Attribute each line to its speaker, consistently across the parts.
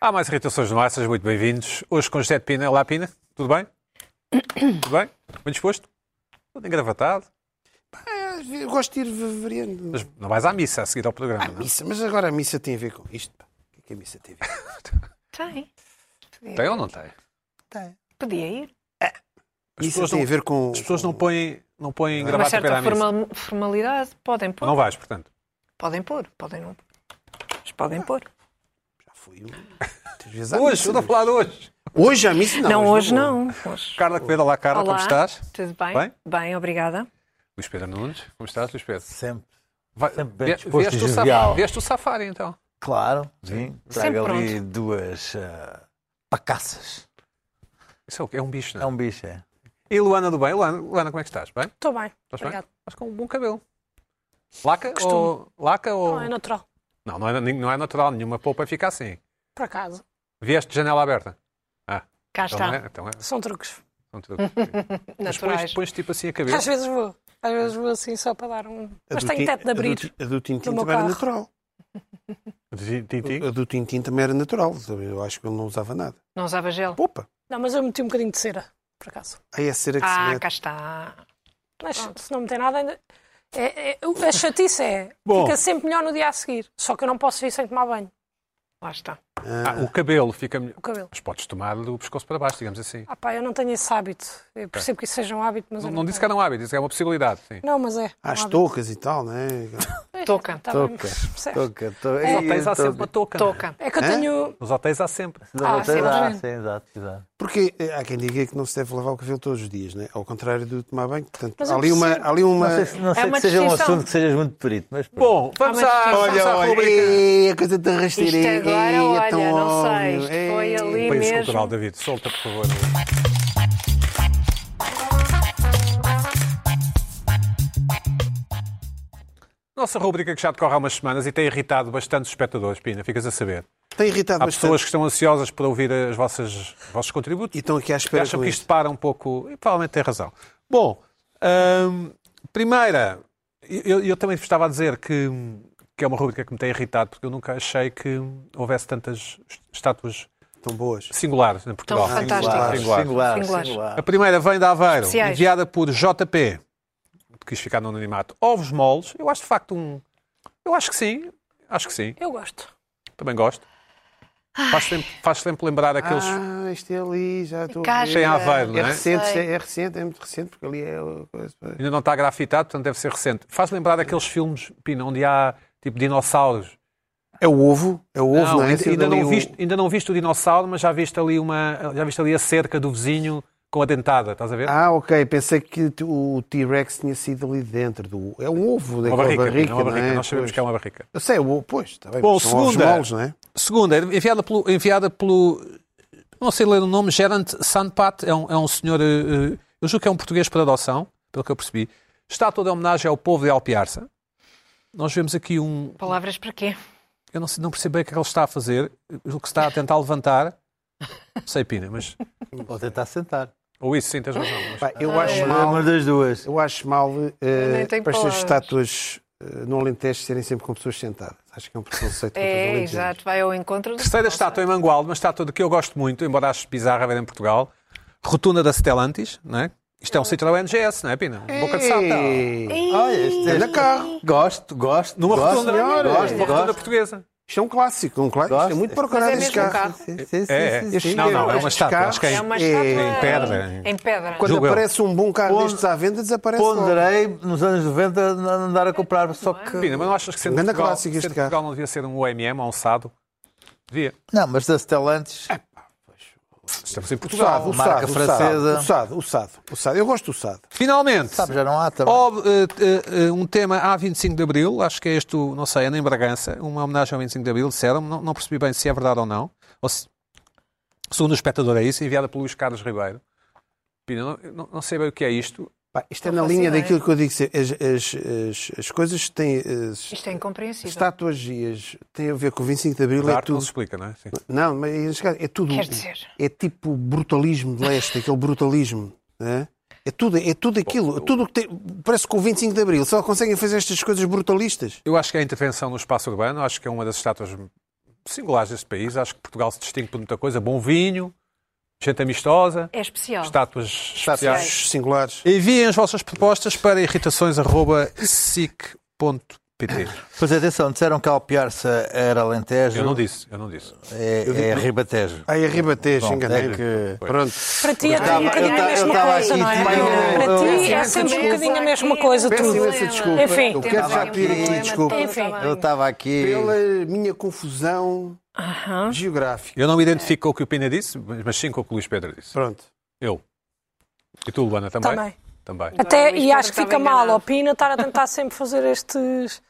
Speaker 1: Há mais irritações no ar, sejam muito bem-vindos. Hoje com José de Pina. Olá, Pina. Tudo bem? Tudo bem? Bem disposto? Tudo engravatado.
Speaker 2: Ah, eu gosto de ir vereando.
Speaker 1: Mas não vais à missa a seguir ao programa,
Speaker 2: Ah,
Speaker 1: não?
Speaker 2: missa, mas agora a missa tem a ver com isto. pá. O que é que a missa tem a ver?
Speaker 3: Tem.
Speaker 1: Tem ou não tem?
Speaker 4: Tá.
Speaker 2: Tem.
Speaker 3: Podia ir.
Speaker 2: As missa
Speaker 1: pessoas
Speaker 2: tem
Speaker 1: não-
Speaker 2: a ver com.
Speaker 1: As pessoas não põem, não põem
Speaker 3: Uma
Speaker 2: Uma
Speaker 1: gravata para ir à
Speaker 3: certa
Speaker 1: missa.
Speaker 3: forma- formalidade. Podem pôr.
Speaker 1: Não vais, portanto.
Speaker 3: Podem pôr. Podem não. pôr. Mas podem
Speaker 1: Ah.
Speaker 3: pôr.
Speaker 2: Já fui. Muitas vezes à
Speaker 1: hoje,
Speaker 2: missa,
Speaker 1: estou a
Speaker 2: mas-
Speaker 1: falar de hoje.
Speaker 2: Hoje à missa não.
Speaker 3: Não, hoje
Speaker 2: vou.
Speaker 3: não. Hoje.
Speaker 1: Carla Quevedo, olá Carla,
Speaker 3: Olá.
Speaker 1: como estás?
Speaker 3: Tudo bem?
Speaker 1: Bem?
Speaker 3: bem? obrigada.
Speaker 1: Luís Pedro Nunes, como estás, Luís Pedro?
Speaker 5: Sempre,
Speaker 1: Vai,
Speaker 5: Sempre bem
Speaker 1: vie-
Speaker 5: disposto
Speaker 1: vieste
Speaker 5: e
Speaker 1: o saf-
Speaker 5: jovial.
Speaker 1: Vieste o safari, então.
Speaker 5: claro. Sim.
Speaker 3: Sempre
Speaker 5: Trago ali duas ah, pacaças.
Speaker 1: Isso é o quê? É um bicho,
Speaker 5: É
Speaker 1: não é?
Speaker 5: um bicho, é?
Speaker 1: E Luana do bem? Luana, Luana, como é que estás? Bem?
Speaker 4: Estou bem.
Speaker 1: Estás bem?
Speaker 4: Obrigada.
Speaker 1: Estás com um bom cabelo. Laca
Speaker 4: Costumo.
Speaker 1: ou... Laca ou...
Speaker 4: Não, é natural.
Speaker 1: Não, não é, não é natural nenhuma polpa fica assim.
Speaker 4: Por acaso.
Speaker 1: Vieste de janela aberta.
Speaker 3: Cá
Speaker 1: Então
Speaker 3: está.
Speaker 1: é, então é.
Speaker 4: São truques.
Speaker 1: São tudo- Mas pões,
Speaker 3: Naturais.
Speaker 1: pões tipo assim a cabeça.
Speaker 4: Às vezes vou. Às vezes vou assim só para dar um.
Speaker 2: A
Speaker 4: Mas
Speaker 2: do
Speaker 4: tenho
Speaker 2: Tin-
Speaker 4: teto de
Speaker 2: A do,
Speaker 4: abrir.
Speaker 2: Ti- a do Tintin
Speaker 4: no meu
Speaker 2: também era
Speaker 4: carro.
Speaker 2: natural. A do Tintin também era natural. Eu acho que ele não usava nada.
Speaker 3: Não usava gel.
Speaker 2: Opa!
Speaker 4: Não, mas eu meti um bocadinho de cera, por acaso.
Speaker 2: Aí é a cera que se
Speaker 3: Ah,
Speaker 2: mete.
Speaker 3: cá está.
Speaker 4: Mas
Speaker 2: Ah.
Speaker 4: se não meter nada ainda. É, é- o- a chatice é.
Speaker 1: Bom.
Speaker 4: Fica sempre melhor no dia a seguir. Só que eu não posso ir sem tomar banho.
Speaker 3: Lá está.
Speaker 1: Ah, o cabelo fica melhor.
Speaker 4: O cabelo.
Speaker 1: Mas podes tomar do pescoço para baixo, digamos assim.
Speaker 4: Ah, pá, eu não tenho esse hábito. Eu percebo que isso seja um hábito, mas.
Speaker 1: Não,
Speaker 4: eu
Speaker 1: não disse que
Speaker 4: tenho.
Speaker 1: era um hábito, disse que é uma possibilidade. Sim.
Speaker 4: Não, mas é.
Speaker 2: Às toucas e tal, né?
Speaker 3: Toca.
Speaker 4: Tá bem,
Speaker 5: Toca,
Speaker 4: percebes?
Speaker 5: toca, toca.
Speaker 1: Nos
Speaker 5: Ei,
Speaker 1: hotéis há
Speaker 5: toca.
Speaker 1: sempre uma touca. não é?
Speaker 3: Toca.
Speaker 4: É que eu
Speaker 2: Hã?
Speaker 4: tenho.
Speaker 1: Nos hotéis há sempre.
Speaker 5: Não,
Speaker 4: Ah,
Speaker 5: hotéis
Speaker 4: sempre.
Speaker 5: há, sim, exato, exato.
Speaker 2: Porque eh, há quem diga que não se deve lavar o cabelo todos os dias, né? Ao contrário do tomar banho. Portanto,
Speaker 4: Mas
Speaker 2: há
Speaker 4: eu
Speaker 2: ali uma.
Speaker 4: percebo.
Speaker 2: há ali uma...
Speaker 5: Não sei, se- não sei
Speaker 3: uma
Speaker 5: que seja um
Speaker 3: distinção.
Speaker 5: assunto que sejas muito perito, mas pronto.
Speaker 1: Bom, vamos
Speaker 3: Há uma
Speaker 1: à, vamos
Speaker 2: Olha,
Speaker 1: à
Speaker 2: olha,
Speaker 1: rubrica.
Speaker 2: ei, a coisa terrestre.
Speaker 3: Isto agora, olha, não sei. Isto foi
Speaker 2: É
Speaker 3: ali
Speaker 1: País
Speaker 3: mesmo.
Speaker 1: cultural, David, solta, por favor. Nossa rubrica que já decorre há umas semanas e tem irritado bastante os espectadores, Pina, ficas a saber.
Speaker 2: Tem irritado
Speaker 1: Há
Speaker 2: bastante.
Speaker 1: pessoas que estão ansiosas para ouvir as vossas, os vossos
Speaker 2: E
Speaker 1: contributos
Speaker 2: estão aqui à
Speaker 1: que
Speaker 2: espera
Speaker 1: acham
Speaker 2: com
Speaker 1: que
Speaker 2: isto.
Speaker 1: isto para um pouco. E provavelmente tem razão. Bom, hum, primeira, eu, eu também vos estava a dizer que, que é uma rubrica que me tem irritado, porque eu nunca achei que houvesse tantas estátuas
Speaker 2: Tão boas.
Speaker 1: singulares em Portugal.
Speaker 3: fantásticas.
Speaker 1: Singulares,
Speaker 5: singular,
Speaker 1: singulares.
Speaker 5: singular,
Speaker 3: Singular.
Speaker 1: A primeira vem da Aveiro,
Speaker 3: Especiais.
Speaker 1: enviada por JP. Quis ficar no anonimato. Ovos moles, eu acho de facto um. Eu acho que sim, acho que sim,
Speaker 4: Eu gosto.
Speaker 1: também gosto. Faz sempre, faz sempre lembrar aqueles.
Speaker 2: Ah, isto é ali, já estou. a
Speaker 3: Cá
Speaker 2: ver.
Speaker 1: Sem Aveiro, não
Speaker 2: É
Speaker 1: é?
Speaker 2: recente,
Speaker 3: Sei.
Speaker 2: é, é recente, é muito recente, porque ali é. o- coisa-
Speaker 1: Ainda não está grafitado, portanto deve ser recente. Faz lembrar aqueles filmes, Pina, onde há tipo dinossauros.
Speaker 2: É o ovo, é o ovo, não, é?
Speaker 1: ainda,
Speaker 2: Saiu
Speaker 1: ainda
Speaker 2: dali
Speaker 1: não
Speaker 2: o-
Speaker 1: viste, ainda não viste o dinossauro, mas já viste ali uma, já viste ali a cerca do vizinho com a dentada, estás a ver?
Speaker 2: Ah, ok, pensei que t- o T-Rex tinha sido ali dentro do. É um ovo
Speaker 1: uma
Speaker 2: daquela
Speaker 1: barrica,
Speaker 2: barrica,
Speaker 1: Pina, uma
Speaker 2: não
Speaker 1: barrica.
Speaker 2: é?
Speaker 1: Nós sabemos
Speaker 2: Pois.
Speaker 1: que é uma barrica.
Speaker 2: Eu sei, o ovo, pois, está bem.
Speaker 1: Bom,
Speaker 2: mas são ovos
Speaker 1: segunda.
Speaker 2: moles, não é?
Speaker 1: Segunda, enviada pelo, enviada pelo não sei ler o nome, Gerante Sandpat, é um, é um senhor, eh, eh, eu julgo que é um português por adoção, pelo que eu percebi. Está toda em homenagem ao povo de Alpiarça. Nós vemos aqui um,
Speaker 3: Palavras para quê?
Speaker 1: Eu não, sei- não percebo bem o que é que ele está a fazer, o que está a tentar levantar. Não sei, Pina, mas.
Speaker 5: Vou tentar sentar.
Speaker 1: Ou isso, sim, tens razão. mas-
Speaker 2: Pá, eu,
Speaker 3: É.
Speaker 2: acho
Speaker 5: Uma,
Speaker 2: mal,
Speaker 5: uma das duas.
Speaker 2: eu acho mal eh,
Speaker 3: nem tenho
Speaker 2: para estas
Speaker 3: palavras.
Speaker 2: estátuas eh, no Alentejo serem sempre com pessoas sentadas. Acho que é um preconceito. contra os
Speaker 3: É,
Speaker 2: alentejos.
Speaker 3: exato. Vai ao encontro do.
Speaker 1: Terceira
Speaker 3: Nossa.
Speaker 1: estátua em Mangualde, uma estátua de que eu gosto muito, embora acho bizarra ver em Portugal. Rotunda da Stellantis, não é? Isto é um Citroën NGS, não é, Pina? Um boca de
Speaker 5: então.
Speaker 1: salta.
Speaker 2: Ei,
Speaker 3: Ei,
Speaker 5: Olha, este,
Speaker 2: Anda
Speaker 5: este-
Speaker 2: carro.
Speaker 5: Gosto, gosto.
Speaker 1: Numa
Speaker 5: gosto,
Speaker 1: rotunda,
Speaker 2: senhora.
Speaker 5: gosto,
Speaker 1: uma rotunda
Speaker 5: gosto.
Speaker 1: portuguesa.
Speaker 2: Isto é um clássico, um clássico. Isto é
Speaker 5: Gosto.
Speaker 2: muito
Speaker 3: Mas
Speaker 2: procurado
Speaker 3: é
Speaker 2: este
Speaker 3: mesmo um
Speaker 2: carro.
Speaker 3: carro.
Speaker 5: Sim, sim,
Speaker 1: É,
Speaker 5: sim,
Speaker 1: é.
Speaker 5: sim.
Speaker 1: Não, não, é uma
Speaker 2: Estes
Speaker 1: estátua. Acho que
Speaker 3: É
Speaker 1: é
Speaker 3: uma
Speaker 2: Ei,
Speaker 3: estátua
Speaker 1: em
Speaker 6: É
Speaker 1: pedra. em-
Speaker 3: Em pedra.
Speaker 2: Quando
Speaker 1: Julgo eu.
Speaker 2: aparece um bom carro
Speaker 5: Ponde-
Speaker 2: destes à venda, desaparece logo.
Speaker 5: Ponderei nos anos 90 andar a comprar, só que.
Speaker 1: Pina, mas não achas que sendo
Speaker 2: Um grande
Speaker 1: Portugal,
Speaker 2: clássico este
Speaker 1: sendo
Speaker 2: carro.
Speaker 1: Portugal não devia ser um UMM ou um SADO? Devia.
Speaker 5: Não, mas da Stellantis.
Speaker 1: Estamos em
Speaker 2: O
Speaker 1: Portugal.
Speaker 2: Sado, o
Speaker 5: marca
Speaker 2: Sado, o Sado,
Speaker 5: francesa.
Speaker 2: o Sado, o Sado, o Sado. Eu gosto do Sado.
Speaker 1: Finalmente,
Speaker 5: Sabe, já não há também.
Speaker 1: Ob- eh, eh, eh, um tema a 25 de Abril, acho que é este, o- não sei, anda em Bragança, uma homenagem ao 25 de Abril, disseram-me, não, não percebi bem se é verdade ou não. Ou se- segundo o espectador, é isso, enviada pelo Luís Carlos Ribeiro. Pina, não, não- não sei bem o que é isto.
Speaker 2: Pá, isto é
Speaker 3: Não
Speaker 2: na
Speaker 3: faço
Speaker 2: linha
Speaker 3: ideia.
Speaker 2: daquilo que eu digo. sempre. As, as, as, as coisas que têm. As,
Speaker 3: Isto é incompreensível.
Speaker 2: estátuas e as. têm a ver com o 25 de Abril,
Speaker 1: Da
Speaker 2: é
Speaker 1: arte não se
Speaker 2: tudo.
Speaker 1: explica, não é? Sim.
Speaker 2: Não, mas neste caso, é tudo.
Speaker 3: Quer dizer.
Speaker 2: É tipo brutalismo de leste, aquele brutalismo. né? É tudo, é tudo aquilo. tudo que tem, parece que o 25 de Abril só conseguem fazer estas coisas brutalistas.
Speaker 1: Eu acho que é a intervenção no espaço urbano, acho que é uma das estátuas singulares deste país. Acho que Portugal se distingue por muita coisa. Bom vinho, gente amistosa,
Speaker 6: É especial.
Speaker 1: estátuas especiais.
Speaker 2: Os singulares.
Speaker 1: Enviem as vossas propostas para irritações.sic.pt.
Speaker 5: Pois atenção, disseram que Alpiarça era Alentejo.
Speaker 1: Eu não disse, eu não disse.
Speaker 5: É, é Ribatejo.
Speaker 2: Aí arrebatez,
Speaker 5: Bom,
Speaker 2: enganei.
Speaker 5: é
Speaker 2: Que... Pronto.
Speaker 4: Para ti é tudo um bocadinho a
Speaker 5: eu
Speaker 4: mesma
Speaker 5: estava
Speaker 4: coisa,
Speaker 5: aqui,
Speaker 4: não é?
Speaker 5: também eu-
Speaker 4: Para
Speaker 5: eu-
Speaker 4: ti é sempre um bocadinho a mesma coisa,
Speaker 2: Peço
Speaker 4: tudo.
Speaker 2: imensa desculpa.
Speaker 4: Enfim.
Speaker 2: Eu quero já pedir aqui desculpa
Speaker 4: Enfim.
Speaker 5: Eu estava aqui.
Speaker 2: pela minha confusão geográfica.
Speaker 1: Eu não me identifico com o que o Pina disse, mas sim com o que o Luís Pedro disse.
Speaker 2: Pronto.
Speaker 1: Eu. E tu, Luana, também?
Speaker 4: Também.
Speaker 1: Também.
Speaker 4: Até, e
Speaker 6: Luís
Speaker 4: acho que
Speaker 6: Pedro
Speaker 4: fica
Speaker 6: estava
Speaker 4: mal
Speaker 6: enganado.
Speaker 4: ao Pina estar a tentar sempre fazer estes.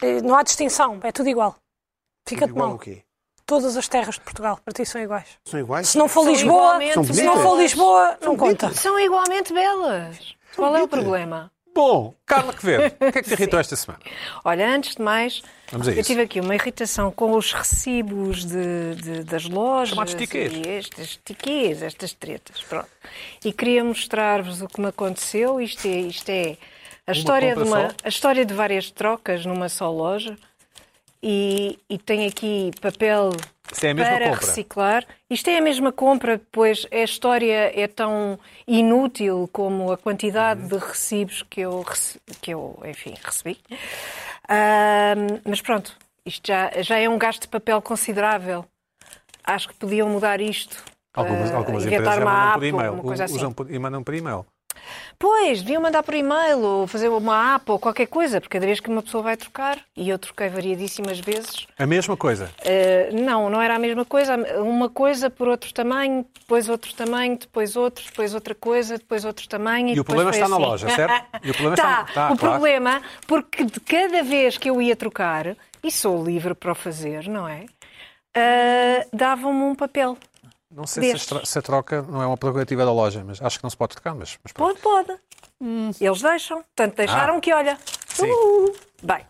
Speaker 4: eh, Não há distinção, é tudo igual. Fica-te
Speaker 2: Igual
Speaker 4: mal.
Speaker 2: o quê?
Speaker 4: Todas as terras de Portugal para ti são iguais.
Speaker 2: São iguais?
Speaker 4: Se não for
Speaker 6: São
Speaker 4: Lisboa,
Speaker 6: igualmente
Speaker 2: São
Speaker 4: se não for
Speaker 2: bonitas.
Speaker 4: Lisboa, não conta.
Speaker 6: São igualmente belas. Qual é o problema?
Speaker 1: Bom, Carla Quevedo, o que é que te irritou esta semana?
Speaker 6: Olha, antes de mais,
Speaker 1: Vamos a
Speaker 6: eu
Speaker 1: isso.
Speaker 6: tive aqui uma irritação com os recibos de- de- das lojas.
Speaker 1: Chamados tiquês.
Speaker 6: e Estas tiquês, estas tretas. Pronto. E queria mostrar-vos o que me aconteceu. Isto é, isto é a, história de
Speaker 1: compra
Speaker 6: uma-
Speaker 1: só?
Speaker 6: a história de várias trocas numa só loja. E, e tem aqui papel
Speaker 1: Isso é a mesma
Speaker 6: para
Speaker 1: compra.
Speaker 6: reciclar. Isto é a mesma compra, pois a história é tão inútil como a quantidade
Speaker 1: Uhum.
Speaker 6: de recibos que eu, rece- que eu enfim, recebi. Ahm, mas pronto, isto já, já é um gasto de papel considerável. Acho que podiam mudar isto.
Speaker 1: Algumas,
Speaker 6: ah,
Speaker 1: algumas
Speaker 6: inventar
Speaker 1: empresas já mandam
Speaker 6: uma app
Speaker 1: por
Speaker 6: ou
Speaker 1: e-mail.
Speaker 6: alguma coisa assim.
Speaker 1: Usam por- e mandam por e-mail.
Speaker 6: Pois, deviam mandar por e-mail ou fazer uma app ou qualquer coisa, porque cada vez que uma pessoa vai trocar, e eu troquei variedíssimas vezes,
Speaker 1: A mesma coisa.
Speaker 6: eh, não, não era a mesma coisa. Uma coisa por outro tamanho, depois outro tamanho, depois outro, depois outra coisa, depois outro tamanho. E,
Speaker 1: E o
Speaker 6: depois
Speaker 1: problema
Speaker 6: foi
Speaker 1: está na
Speaker 6: assim.
Speaker 1: loja, certo? E o problema está-
Speaker 6: tá,
Speaker 1: está, claro.
Speaker 6: O problema, porque de cada vez que eu ia trocar, e sou livre para o fazer, não é? Eh, Davam-me um papel.
Speaker 1: Não sei se a,
Speaker 6: Destes.
Speaker 1: estra- se a troca não é uma prerrogativa da loja, mas acho que não se pode trocar, mas, mas pronto.
Speaker 6: Pode, pode. Eles deixam. Portanto, deixaram que olha.
Speaker 1: Sim.
Speaker 6: Uh, bem.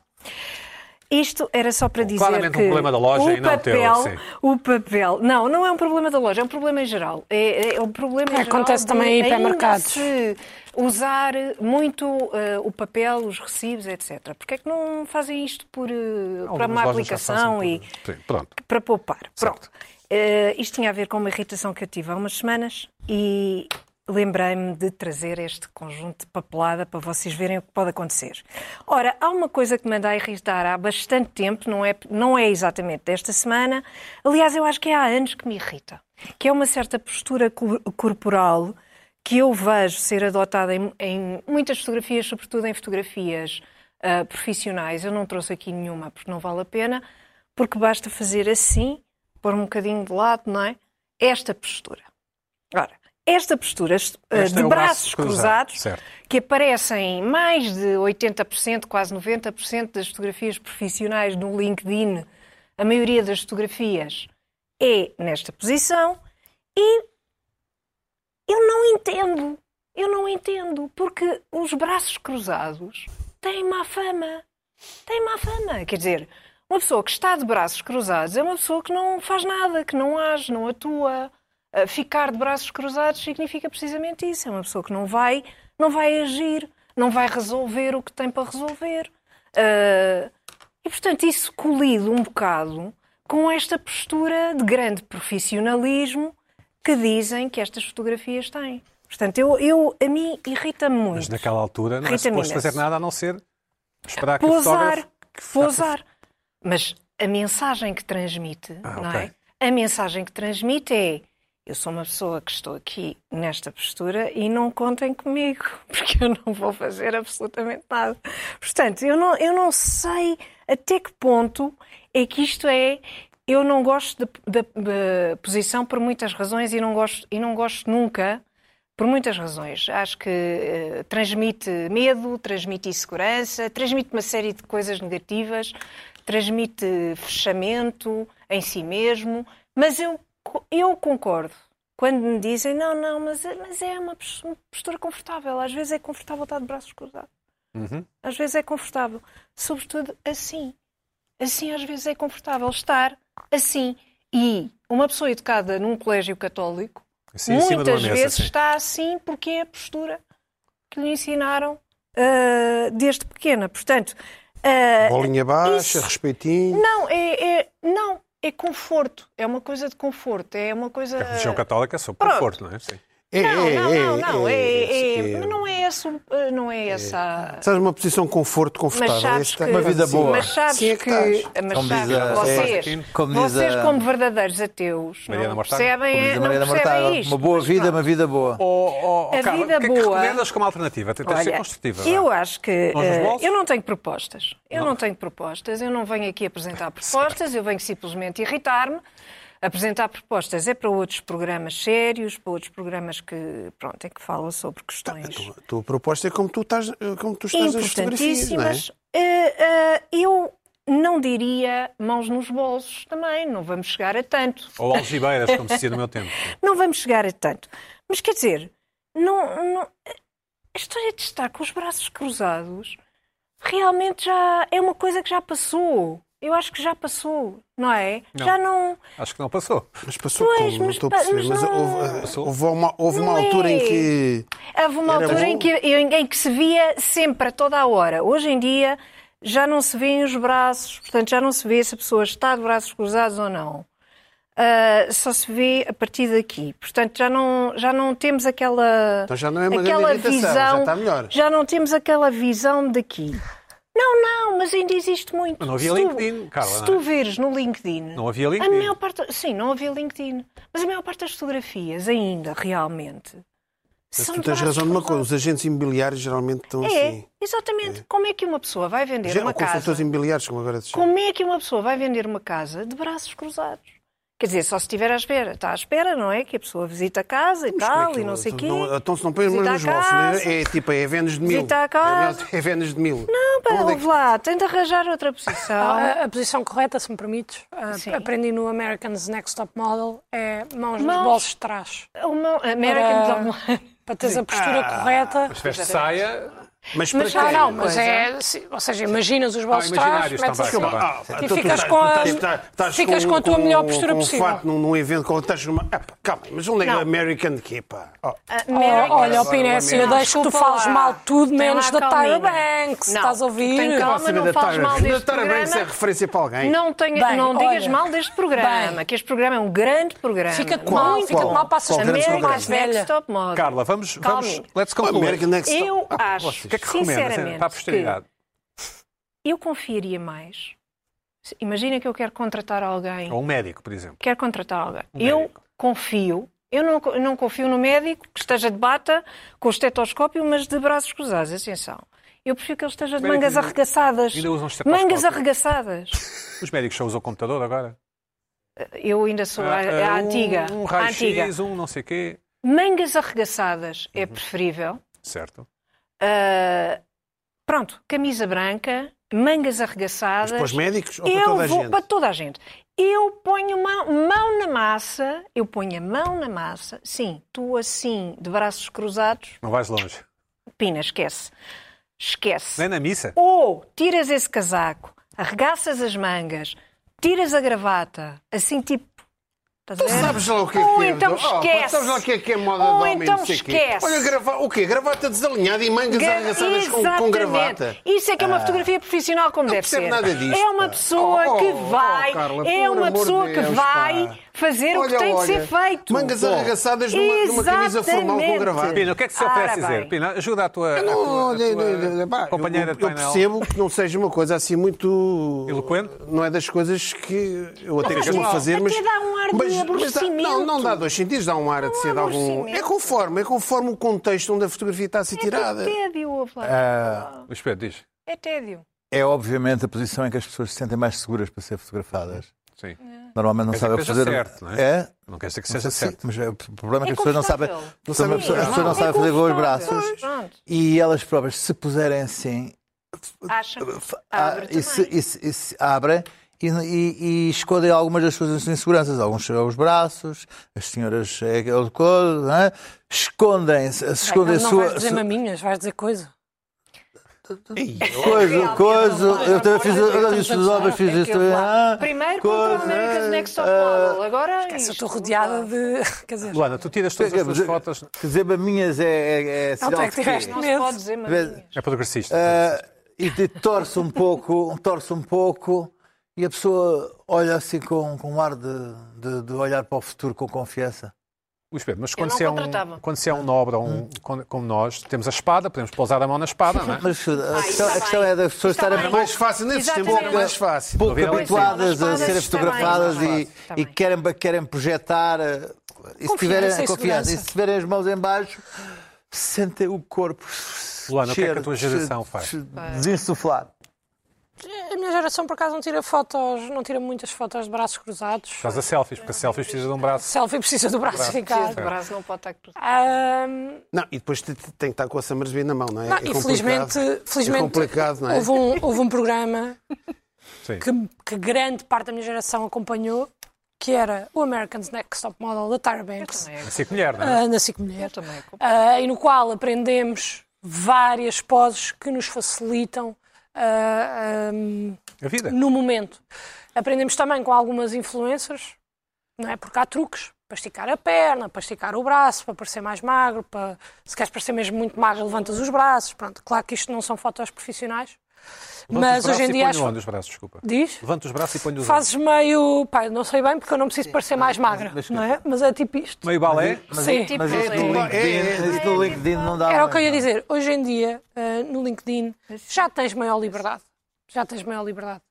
Speaker 6: Isto era só para dizer
Speaker 1: claramente um
Speaker 6: que
Speaker 1: problema da loja
Speaker 6: o
Speaker 1: e não teu,
Speaker 6: papel,
Speaker 1: sim.
Speaker 6: o papel, não, não é um problema da loja, é um problema em geral. É, é um problema em geral
Speaker 4: Acontece também em
Speaker 6: de ainda
Speaker 4: hipermercados.
Speaker 6: se usar muito eh, o papel, os recibos, etc. Porque é que não fazem isto por, eh, para uma
Speaker 1: Algumas lojas já fazem
Speaker 6: aplicação e
Speaker 1: por- Sim, pronto.
Speaker 6: para poupar.
Speaker 1: Certo.
Speaker 6: Pronto. Eh, isto tinha a ver com uma irritação que eu tive há umas semanas e lembrei-me de trazer este conjunto de papelada para vocês verem o que pode acontecer. Ora, há uma coisa que me anda a irritar há bastante tempo, não é, não é exatamente desta semana, aliás, eu acho que é há anos que me irrita, que é uma certa postura cor- corporal que eu vejo ser adotada em, em muitas fotografias, sobretudo em fotografias ah, profissionais. Eu não trouxe aqui nenhuma porque não vale a pena, porque basta fazer assim, pôr um bocadinho de lado, não é? Esta postura. Ora, esta postura est- ah,
Speaker 1: Este
Speaker 6: de
Speaker 1: é o braço
Speaker 6: braços
Speaker 1: cruzado,
Speaker 6: cruzados,
Speaker 1: certo.
Speaker 6: que aparecem em mais de 80%, quase 90% das fotografias profissionais no LinkedIn, a maioria das fotografias é nesta posição e eu não entendo. Eu não entendo. Porque os braços cruzados têm má fama. Têm má fama. Quer dizer, uma pessoa que está de braços cruzados é uma pessoa que não faz nada, que não age, não atua. Ah, Ficar de braços cruzados significa precisamente isso. É uma pessoa que não vai, não vai agir, não vai resolver o que tem para resolver. Ah, e, portanto, isso colide um bocado com esta postura de grande profissionalismo que dizem que estas fotografias têm. Portanto, eu, eu- a mim irrita-me muito.
Speaker 1: Mas naquela altura não é
Speaker 6: Rita
Speaker 1: suposto
Speaker 6: Minas.
Speaker 1: fazer nada a não ser esperar que o
Speaker 6: Pousar,
Speaker 1: fotógrafo...
Speaker 6: pousar. Mas a mensagem que transmite,
Speaker 1: Ah,
Speaker 6: não
Speaker 1: ok.
Speaker 6: é? A mensagem que transmite é eu sou uma pessoa que estou aqui nesta postura e não contem comigo, porque eu não vou fazer absolutamente nada. Portanto, eu não, eu não sei até que ponto é que isto é. Eu não gosto da- da da posição por muitas razões e não gosto, e não gosto nunca por muitas razões. Acho que eh, transmite medo, transmite insegurança, transmite uma série de coisas negativas, transmite fechamento em si mesmo. Mas eu, co- eu concordo. Quando me dizem, não, não, mas, é- mas é uma pos- uma postura confortável. Às vezes é confortável estar de braços cruzados.
Speaker 1: Uhum.
Speaker 6: Às vezes é confortável. Sobretudo assim. Assim às vezes é confortável estar assim. E uma pessoa educada num colégio católico
Speaker 1: Assim, em cima de uma
Speaker 6: muitas
Speaker 1: mesa,
Speaker 6: vezes
Speaker 1: sim.
Speaker 6: está assim porque é a postura que lhe ensinaram ah, desde pequena. Portanto, ah,
Speaker 2: Bolinha baixa,
Speaker 6: isso-
Speaker 2: respeitinho.
Speaker 6: não, é, é- não, é conforto, é uma coisa de conforto, é uma coisa.
Speaker 1: A religião católica é sobre
Speaker 6: Pronto.
Speaker 1: conforto, não é? Sim.
Speaker 2: É,
Speaker 6: Não,
Speaker 2: é,
Speaker 6: não,
Speaker 2: é,
Speaker 6: não, não, é, é,
Speaker 2: é, é.
Speaker 6: não é esse, o- não é essa.
Speaker 2: Estás numa posição de conforto, confortável.
Speaker 6: Mas sabes
Speaker 2: Este
Speaker 6: que,
Speaker 2: tá-
Speaker 5: é Uma vida boa.
Speaker 6: Mas sabes
Speaker 2: Sim, é que
Speaker 6: que,
Speaker 2: estás.
Speaker 6: mas
Speaker 5: Como
Speaker 6: sabes,
Speaker 5: diz a-
Speaker 6: vocês,
Speaker 1: é,
Speaker 5: como diz
Speaker 6: vocês
Speaker 5: a-
Speaker 6: como verdadeiros ateus,
Speaker 1: Mariana
Speaker 6: não
Speaker 1: Mortágua.
Speaker 6: percebem,
Speaker 5: Como diz
Speaker 6: é,
Speaker 5: a
Speaker 6: não
Speaker 5: Mariana
Speaker 6: percebem
Speaker 5: Mortágua,
Speaker 6: isto.
Speaker 5: uma boa
Speaker 6: Mas
Speaker 5: vida,
Speaker 6: pronto.
Speaker 5: uma vida boa.
Speaker 1: Oh, oh,
Speaker 6: A
Speaker 1: Carla,
Speaker 6: vida
Speaker 1: o que é
Speaker 6: boa-
Speaker 1: que recomendas como alternativa? Tenta ser
Speaker 6: Olha,
Speaker 1: construtiva. é? vá.
Speaker 6: Eu acho que
Speaker 1: Mãos nos
Speaker 6: eh,
Speaker 1: bolsos?
Speaker 6: eu não tenho propostas. Eu não. tenho propostas. Eu não venho aqui apresentar propostas. Eu venho simplesmente irritar-me. Apresentar propostas é para outros programas sérios, para outros programas que pronto, é que falam sobre questões
Speaker 2: A tua proposta é como tu estás, como tu estás nas fotografias, não é?
Speaker 6: importantíssimas. Eh, eh, eu não diria mãos nos bolsos também. Não vamos chegar a tanto.
Speaker 1: Ou algibeiras, como se dizia no meu tempo.
Speaker 6: Não vamos chegar a tanto. Mas quer dizer, não, não- a história de estar com os braços cruzados realmente já é uma coisa que já passou. Eu acho que já passou, não é?
Speaker 1: Não.
Speaker 6: Já não.
Speaker 1: Acho que não passou.
Speaker 2: Mas passou
Speaker 6: Pois,
Speaker 2: como? Não
Speaker 6: mas
Speaker 2: estou a
Speaker 6: pa-
Speaker 2: perceber.
Speaker 6: mas
Speaker 2: Mas
Speaker 6: não-
Speaker 2: houve, eh, houve uma, houve uma
Speaker 6: Não é.
Speaker 2: altura em que.
Speaker 6: Houve uma
Speaker 2: Era
Speaker 6: altura
Speaker 2: bom.
Speaker 6: em que, em, em que se via sempre, a toda a hora. Hoje em dia já não se vêem os braços, portanto já não se vê se a pessoa está de braços cruzados ou não. Ah, só se vê a partir daqui. Portanto, já não, já não temos aquela,
Speaker 2: Então já não é uma grande
Speaker 6: aquela
Speaker 2: irritação,
Speaker 6: visão.
Speaker 2: já está melhor.
Speaker 6: já não temos aquela visão daqui. Não, não, mas ainda existe muito.
Speaker 1: Mas não havia
Speaker 6: Se tu-
Speaker 1: LinkedIn, Carla,
Speaker 6: Se
Speaker 1: não é?
Speaker 6: tu veres no LinkedIn,
Speaker 1: Não havia
Speaker 6: a
Speaker 1: LinkedIn.
Speaker 6: maior parte, sim, não havia LinkedIn, mas a maior parte das fotografias ainda realmente
Speaker 2: Mas
Speaker 6: são
Speaker 2: tu
Speaker 6: de
Speaker 2: tens
Speaker 6: braços
Speaker 2: razão numa coisa,
Speaker 6: cruzados.
Speaker 2: os agentes imobiliários geralmente estão
Speaker 6: É,
Speaker 2: assim.
Speaker 6: exatamente. Como é que uma pessoa vai vender
Speaker 2: Ge-
Speaker 6: uma
Speaker 2: Ou é consultores
Speaker 6: casa?
Speaker 2: imobiliários, como agora se chama.
Speaker 6: Como é que uma pessoa vai vender uma casa de braços cruzados? Quer dizer, só se estiver à espera. Está à espera, não é? Que a pessoa visita a casa e
Speaker 2: Mas como
Speaker 6: tal,
Speaker 2: é que
Speaker 6: e não sei o quê.
Speaker 2: Não, então se não põe as mãos
Speaker 6: Visita
Speaker 2: nos
Speaker 6: a
Speaker 2: bolsos,
Speaker 6: casa.
Speaker 2: né? é tipo, é Vênus de mil.
Speaker 6: Visita a casa.
Speaker 2: É Vênus de mil.
Speaker 6: Não, pá,
Speaker 2: Onde é que-
Speaker 6: ouve lá, tem de arranjar outra posição.
Speaker 4: A, a posição correta, se me permites, a-
Speaker 6: Sim.
Speaker 4: aprendi no American's Next Top Model, é mãos nos
Speaker 6: Mãos.
Speaker 4: bolsos de trás.
Speaker 6: Uma
Speaker 4: Para- Oh,
Speaker 6: American Online.
Speaker 4: Para teres a postura correta.
Speaker 1: Se tiveste saia,
Speaker 2: Mas Ah, para
Speaker 6: Mas
Speaker 2: quê? Ah,
Speaker 4: Ah, não, mas
Speaker 6: Coisa.
Speaker 4: é. se- Ou seja, imaginas os bolsos de trás,
Speaker 1: imaginários
Speaker 4: metes
Speaker 1: também.
Speaker 4: assim.
Speaker 1: está bem.
Speaker 4: E
Speaker 2: então
Speaker 4: ficas com a- ficas com a tua melhor postura
Speaker 2: com
Speaker 4: possível.
Speaker 2: Um fato num, num evento, com, estás numa... Ah, pá, calma, mas onde é
Speaker 6: Não. Ah,
Speaker 2: American que, pá? Oh,
Speaker 4: Oh, olha,
Speaker 2: Agora,
Speaker 4: opina assim, eu
Speaker 2: Não,
Speaker 4: deixo que tu
Speaker 6: desculpa
Speaker 4: fales
Speaker 6: lá.
Speaker 4: mal de tudo,
Speaker 6: Tem
Speaker 4: menos
Speaker 6: lá
Speaker 4: da Tyra
Speaker 6: calminha.
Speaker 4: Banks.
Speaker 6: Não,
Speaker 4: Estás a ouvir?
Speaker 6: tem calma. Mas não
Speaker 2: da
Speaker 6: fales
Speaker 2: Tyra-
Speaker 6: mal deste
Speaker 2: da Tyra Banks é
Speaker 6: programa.
Speaker 2: referência para alguém.
Speaker 6: Não, tenha,
Speaker 4: Bem,
Speaker 6: não digas
Speaker 4: olha,
Speaker 6: mal deste programa,
Speaker 4: bem.
Speaker 6: que este programa é um grande programa.
Speaker 4: Fica-te
Speaker 6: Muito
Speaker 4: mal, fica-te
Speaker 6: bom.
Speaker 4: mal, passas
Speaker 2: Qual
Speaker 4: por
Speaker 2: grande
Speaker 4: ser
Speaker 2: programa?
Speaker 4: mais
Speaker 6: America's
Speaker 4: velha.
Speaker 6: Next Top Model.
Speaker 1: Carla, vamos, vamos
Speaker 6: Calminha.
Speaker 1: let's
Speaker 2: O
Speaker 1: concluir.
Speaker 2: American Next
Speaker 6: Eu
Speaker 2: Ah, pá,
Speaker 6: acho,
Speaker 1: O que é que recomendas hein,
Speaker 6: sinceramente,
Speaker 1: para a posteridade?
Speaker 6: que eu confiaria mais. Se- Imagina que eu quero contratar alguém.
Speaker 1: Ou um médico, por exemplo.
Speaker 6: Quero contratar alguém.
Speaker 1: Um
Speaker 6: eu
Speaker 1: médico.
Speaker 6: confio. Eu não, co- não confio no médico que esteja de bata, com o estetoscópio, mas de braços cruzados. Atenção. Eu prefiro que ele esteja de
Speaker 1: Médico
Speaker 6: mangas
Speaker 1: ainda-
Speaker 6: arregaçadas.
Speaker 1: ainda usam um estetoscópio.
Speaker 6: Mangas arregaçadas.
Speaker 1: Os médicos só usam o computador agora.
Speaker 6: Eu ainda sou a,
Speaker 1: Ah,
Speaker 6: é
Speaker 1: um-
Speaker 6: a antiga.
Speaker 1: Um
Speaker 6: a antiga.
Speaker 1: raio-x, um não sei quê.
Speaker 6: Mangas arregaçadas
Speaker 2: Uhum.
Speaker 6: é preferível.
Speaker 1: Certo.
Speaker 6: Ah, pronto, camisa branca, mangas
Speaker 2: Mas
Speaker 6: arregaçadas.
Speaker 2: para os médicos ou
Speaker 6: eu
Speaker 2: para toda a
Speaker 6: vou
Speaker 2: gente?
Speaker 6: para toda a gente. Eu ponho mão, mão na massa, eu ponho a mão na massa, sim, tu assim, de braços cruzados,
Speaker 1: Não vais longe.
Speaker 6: pina, esquece. Esquece.
Speaker 1: Nem na missa.
Speaker 6: Ou tiras esse casaco, arregaças as mangas, tiras a gravata, assim tipo. estás a
Speaker 2: Tu
Speaker 6: ver?
Speaker 2: sabes lá o que é
Speaker 6: Ou
Speaker 2: que é?
Speaker 6: então
Speaker 2: Oh, pá,
Speaker 6: esquece.
Speaker 2: sabes lá o que é que é moda
Speaker 6: Ou
Speaker 2: de homem,
Speaker 6: então
Speaker 2: não sei o quê.
Speaker 6: esquece.
Speaker 2: Olha, grava... o quê? Gravata desalinhada e mangas
Speaker 6: Gra-
Speaker 2: arregaçadas com, com
Speaker 6: É, Exatamente.
Speaker 2: gravata. Ah.
Speaker 6: Isso é que é uma fotografia profissional como
Speaker 2: Não
Speaker 6: deve
Speaker 2: percebo
Speaker 6: ser.
Speaker 2: nada disto,
Speaker 6: é uma
Speaker 2: pá.
Speaker 6: pessoa
Speaker 2: Oh,
Speaker 6: que
Speaker 2: oh,
Speaker 6: vai,
Speaker 2: Carla,
Speaker 6: é
Speaker 2: por
Speaker 6: uma
Speaker 2: amor de
Speaker 6: pessoa que
Speaker 2: Deus,
Speaker 6: vai
Speaker 2: pá.
Speaker 6: fazer o que
Speaker 2: Olha,
Speaker 6: tem de
Speaker 2: olha,
Speaker 6: ser feito.
Speaker 2: Mangas arregaçadas numa, numa camisa formal com
Speaker 6: Exatamente.
Speaker 2: gravata.
Speaker 1: Pina, o que é que se
Speaker 6: Ora
Speaker 1: oferece
Speaker 6: bem.
Speaker 1: dizer? Pina, ajuda a tua, a
Speaker 2: Não,
Speaker 1: tua- a
Speaker 2: olha,
Speaker 1: tua
Speaker 2: olha, pá, eu-
Speaker 1: companheira
Speaker 2: eu,
Speaker 1: de
Speaker 2: eu
Speaker 1: painel.
Speaker 2: percebo que não seja uma coisa assim muito.
Speaker 1: Eloquente?
Speaker 2: Não é das coisas que eu até
Speaker 1: mas
Speaker 2: costumo
Speaker 1: até-
Speaker 2: fazer, mas.
Speaker 6: até dá um ar de
Speaker 2: dá- não, não dá dois sentidos, dá um ar de ser de algum.
Speaker 6: aborrecimento.
Speaker 2: É conforme, é conforme o contexto onde a fotografia está a ser tirada.
Speaker 6: É tédio, ouve
Speaker 5: Ah.
Speaker 6: lá.
Speaker 1: Luís Pedro, diz.
Speaker 6: É tédio.
Speaker 5: É obviamente a posição em que as pessoas se sentem mais seguras para ser fotografadas.
Speaker 1: Sim.
Speaker 5: Normalmente não
Speaker 1: Quer dizer
Speaker 5: sabem
Speaker 1: que
Speaker 5: fazer.
Speaker 1: seja certo, não é? Não quer dizer que seja
Speaker 5: Sim,
Speaker 1: certo.
Speaker 5: mas é- o problema é que
Speaker 6: É
Speaker 5: as pessoas não sabem.
Speaker 6: confortável.
Speaker 5: Não sabem-
Speaker 2: Sim,
Speaker 5: as pessoas
Speaker 2: não,
Speaker 5: não
Speaker 2: é
Speaker 5: sabem fazer com os
Speaker 6: confortável.
Speaker 5: braços.
Speaker 6: Pronto.
Speaker 5: E elas próprias, se puserem assim,
Speaker 6: Acha? é
Speaker 5: f-
Speaker 6: Abre
Speaker 5: ah, e se-
Speaker 6: também.
Speaker 5: e se- e se abrem e, e- e escondem algumas das suas inseguranças. Alguns são os braços, as senhoras é aquele coisa, não é? Escondem-se,
Speaker 4: Não,
Speaker 5: escondem a
Speaker 4: não
Speaker 5: sua.
Speaker 4: vais dizer maminhas, vais dizer coisa.
Speaker 5: Coisa, coisa,
Speaker 6: é
Speaker 5: eu também fiz, eu também fiz
Speaker 4: Estamos
Speaker 5: os
Speaker 4: a
Speaker 5: obras, fiz
Speaker 4: falar,
Speaker 5: isto
Speaker 4: é que eu lá-
Speaker 5: também. ah,
Speaker 6: Primeiro
Speaker 5: Coisa,
Speaker 6: contra o America's Next Top
Speaker 5: ah,
Speaker 6: Model. Agora é
Speaker 4: Essa eu
Speaker 6: isto.
Speaker 4: estou rodeada de. Quer dizer,
Speaker 1: Luana, tu tiras todas
Speaker 5: Quer
Speaker 1: as tuas
Speaker 5: dizer-
Speaker 1: fotos.
Speaker 5: Quer dizer, maminhas é, é, é Ah,
Speaker 4: não
Speaker 5: sinal
Speaker 4: tu é
Speaker 5: de
Speaker 4: que
Speaker 5: quê?
Speaker 4: tiveste
Speaker 6: Não se
Speaker 4: medo.
Speaker 6: pode dizer maminhas.
Speaker 1: É progressista.
Speaker 5: Ah, e te torce um pouco, torce um pouco e a pessoa olha assim com, com um ar de, de- de olhar para o futuro com confiança.
Speaker 1: Luís Pedro, mas quando
Speaker 6: não
Speaker 1: se, é
Speaker 6: contratava.
Speaker 1: um, quando se é um nobre ou
Speaker 2: Hum.
Speaker 1: um, quando- como nós, temos a espada, podemos pousar a mão na espada, não é?
Speaker 5: Mas a, questão,
Speaker 6: está
Speaker 5: a questão
Speaker 6: bem.
Speaker 5: é das pessoas
Speaker 6: Está bem.
Speaker 5: estarem pouco,
Speaker 6: Mas-
Speaker 2: Mais fácil, nesses tempos era
Speaker 5: é
Speaker 6: Exatamente.
Speaker 2: é
Speaker 6: é.
Speaker 2: mais fácil.
Speaker 5: pouco
Speaker 1: Não havia
Speaker 5: habituadas
Speaker 6: eleição.
Speaker 5: a serem
Speaker 6: Está bem,
Speaker 5: fotografadas
Speaker 6: está bem.
Speaker 5: e,
Speaker 6: Está
Speaker 5: e
Speaker 6: bem.
Speaker 5: querem, querem projetar eh, e se
Speaker 4: Confiança
Speaker 5: tiverem
Speaker 4: e
Speaker 5: Tá confiança e
Speaker 4: segurança.
Speaker 5: se tiverem as mãos em baixo sentem o corpo
Speaker 1: Luana, o que é que a tua
Speaker 5: descer,
Speaker 1: geração
Speaker 5: des-
Speaker 1: faz?
Speaker 5: desinsuflar
Speaker 4: A minha geração, por acaso, não tira fotos, não tira muitas fotos de braços cruzados.
Speaker 1: Faz a selfies, porque a selfies precisa de um braço.
Speaker 4: Selfie precisa do braço ficar.
Speaker 6: O braço não pode estar cruzado.
Speaker 4: Ahm,
Speaker 2: Não, e depois te- te- tem que estar com a Summersby na mão, não é?
Speaker 4: não,
Speaker 2: É
Speaker 4: e felizmente,
Speaker 2: complicado.
Speaker 4: felizmente
Speaker 2: É complicado, não é?
Speaker 4: houve, um, houve um programa
Speaker 1: Sim.
Speaker 4: que, que grande parte da minha geração acompanhou, que era o American's Next Top Model da Tyra Banks,
Speaker 6: Também é-
Speaker 1: Assim que mulher, não é?
Speaker 4: ah, na SIC Mulher,
Speaker 6: Eu também. acompanho.
Speaker 4: ah, e no qual aprendemos várias poses que nos facilitam ah, ahm,
Speaker 1: A vida.
Speaker 4: no momento. Aprendemos também com algumas influencers, não é? Porque há truques para esticar a perna, para esticar o braço, para parecer mais magro, para se queres parecer mesmo muito magro, levantas os braços. Pronto, claro que isto não são fotos profissionais,
Speaker 1: Levanta os
Speaker 4: mas hoje
Speaker 1: braços
Speaker 4: em
Speaker 1: e
Speaker 4: dia
Speaker 1: Põe
Speaker 4: as
Speaker 1: onde os braços, desculpa.
Speaker 4: diz
Speaker 1: Levanta os braços e põe os
Speaker 4: fazes meio, pá, eu não sei bem porque eu não preciso parecer mais magra,
Speaker 5: mas-
Speaker 4: não é? Mas é tipo isto.
Speaker 1: ombros. Meio balé.
Speaker 4: Sim.
Speaker 6: Tipo,
Speaker 5: mas isso
Speaker 6: é-
Speaker 5: no LinkedIn,
Speaker 2: é,
Speaker 5: isso no LinkedIn não dá
Speaker 4: Era o
Speaker 5: bem,
Speaker 4: que eu ia
Speaker 2: Ah,
Speaker 5: não.
Speaker 4: dizer. Hoje em dia, eh, no LinkedIn, já tens maior liberdade. Já tens maior liberdade.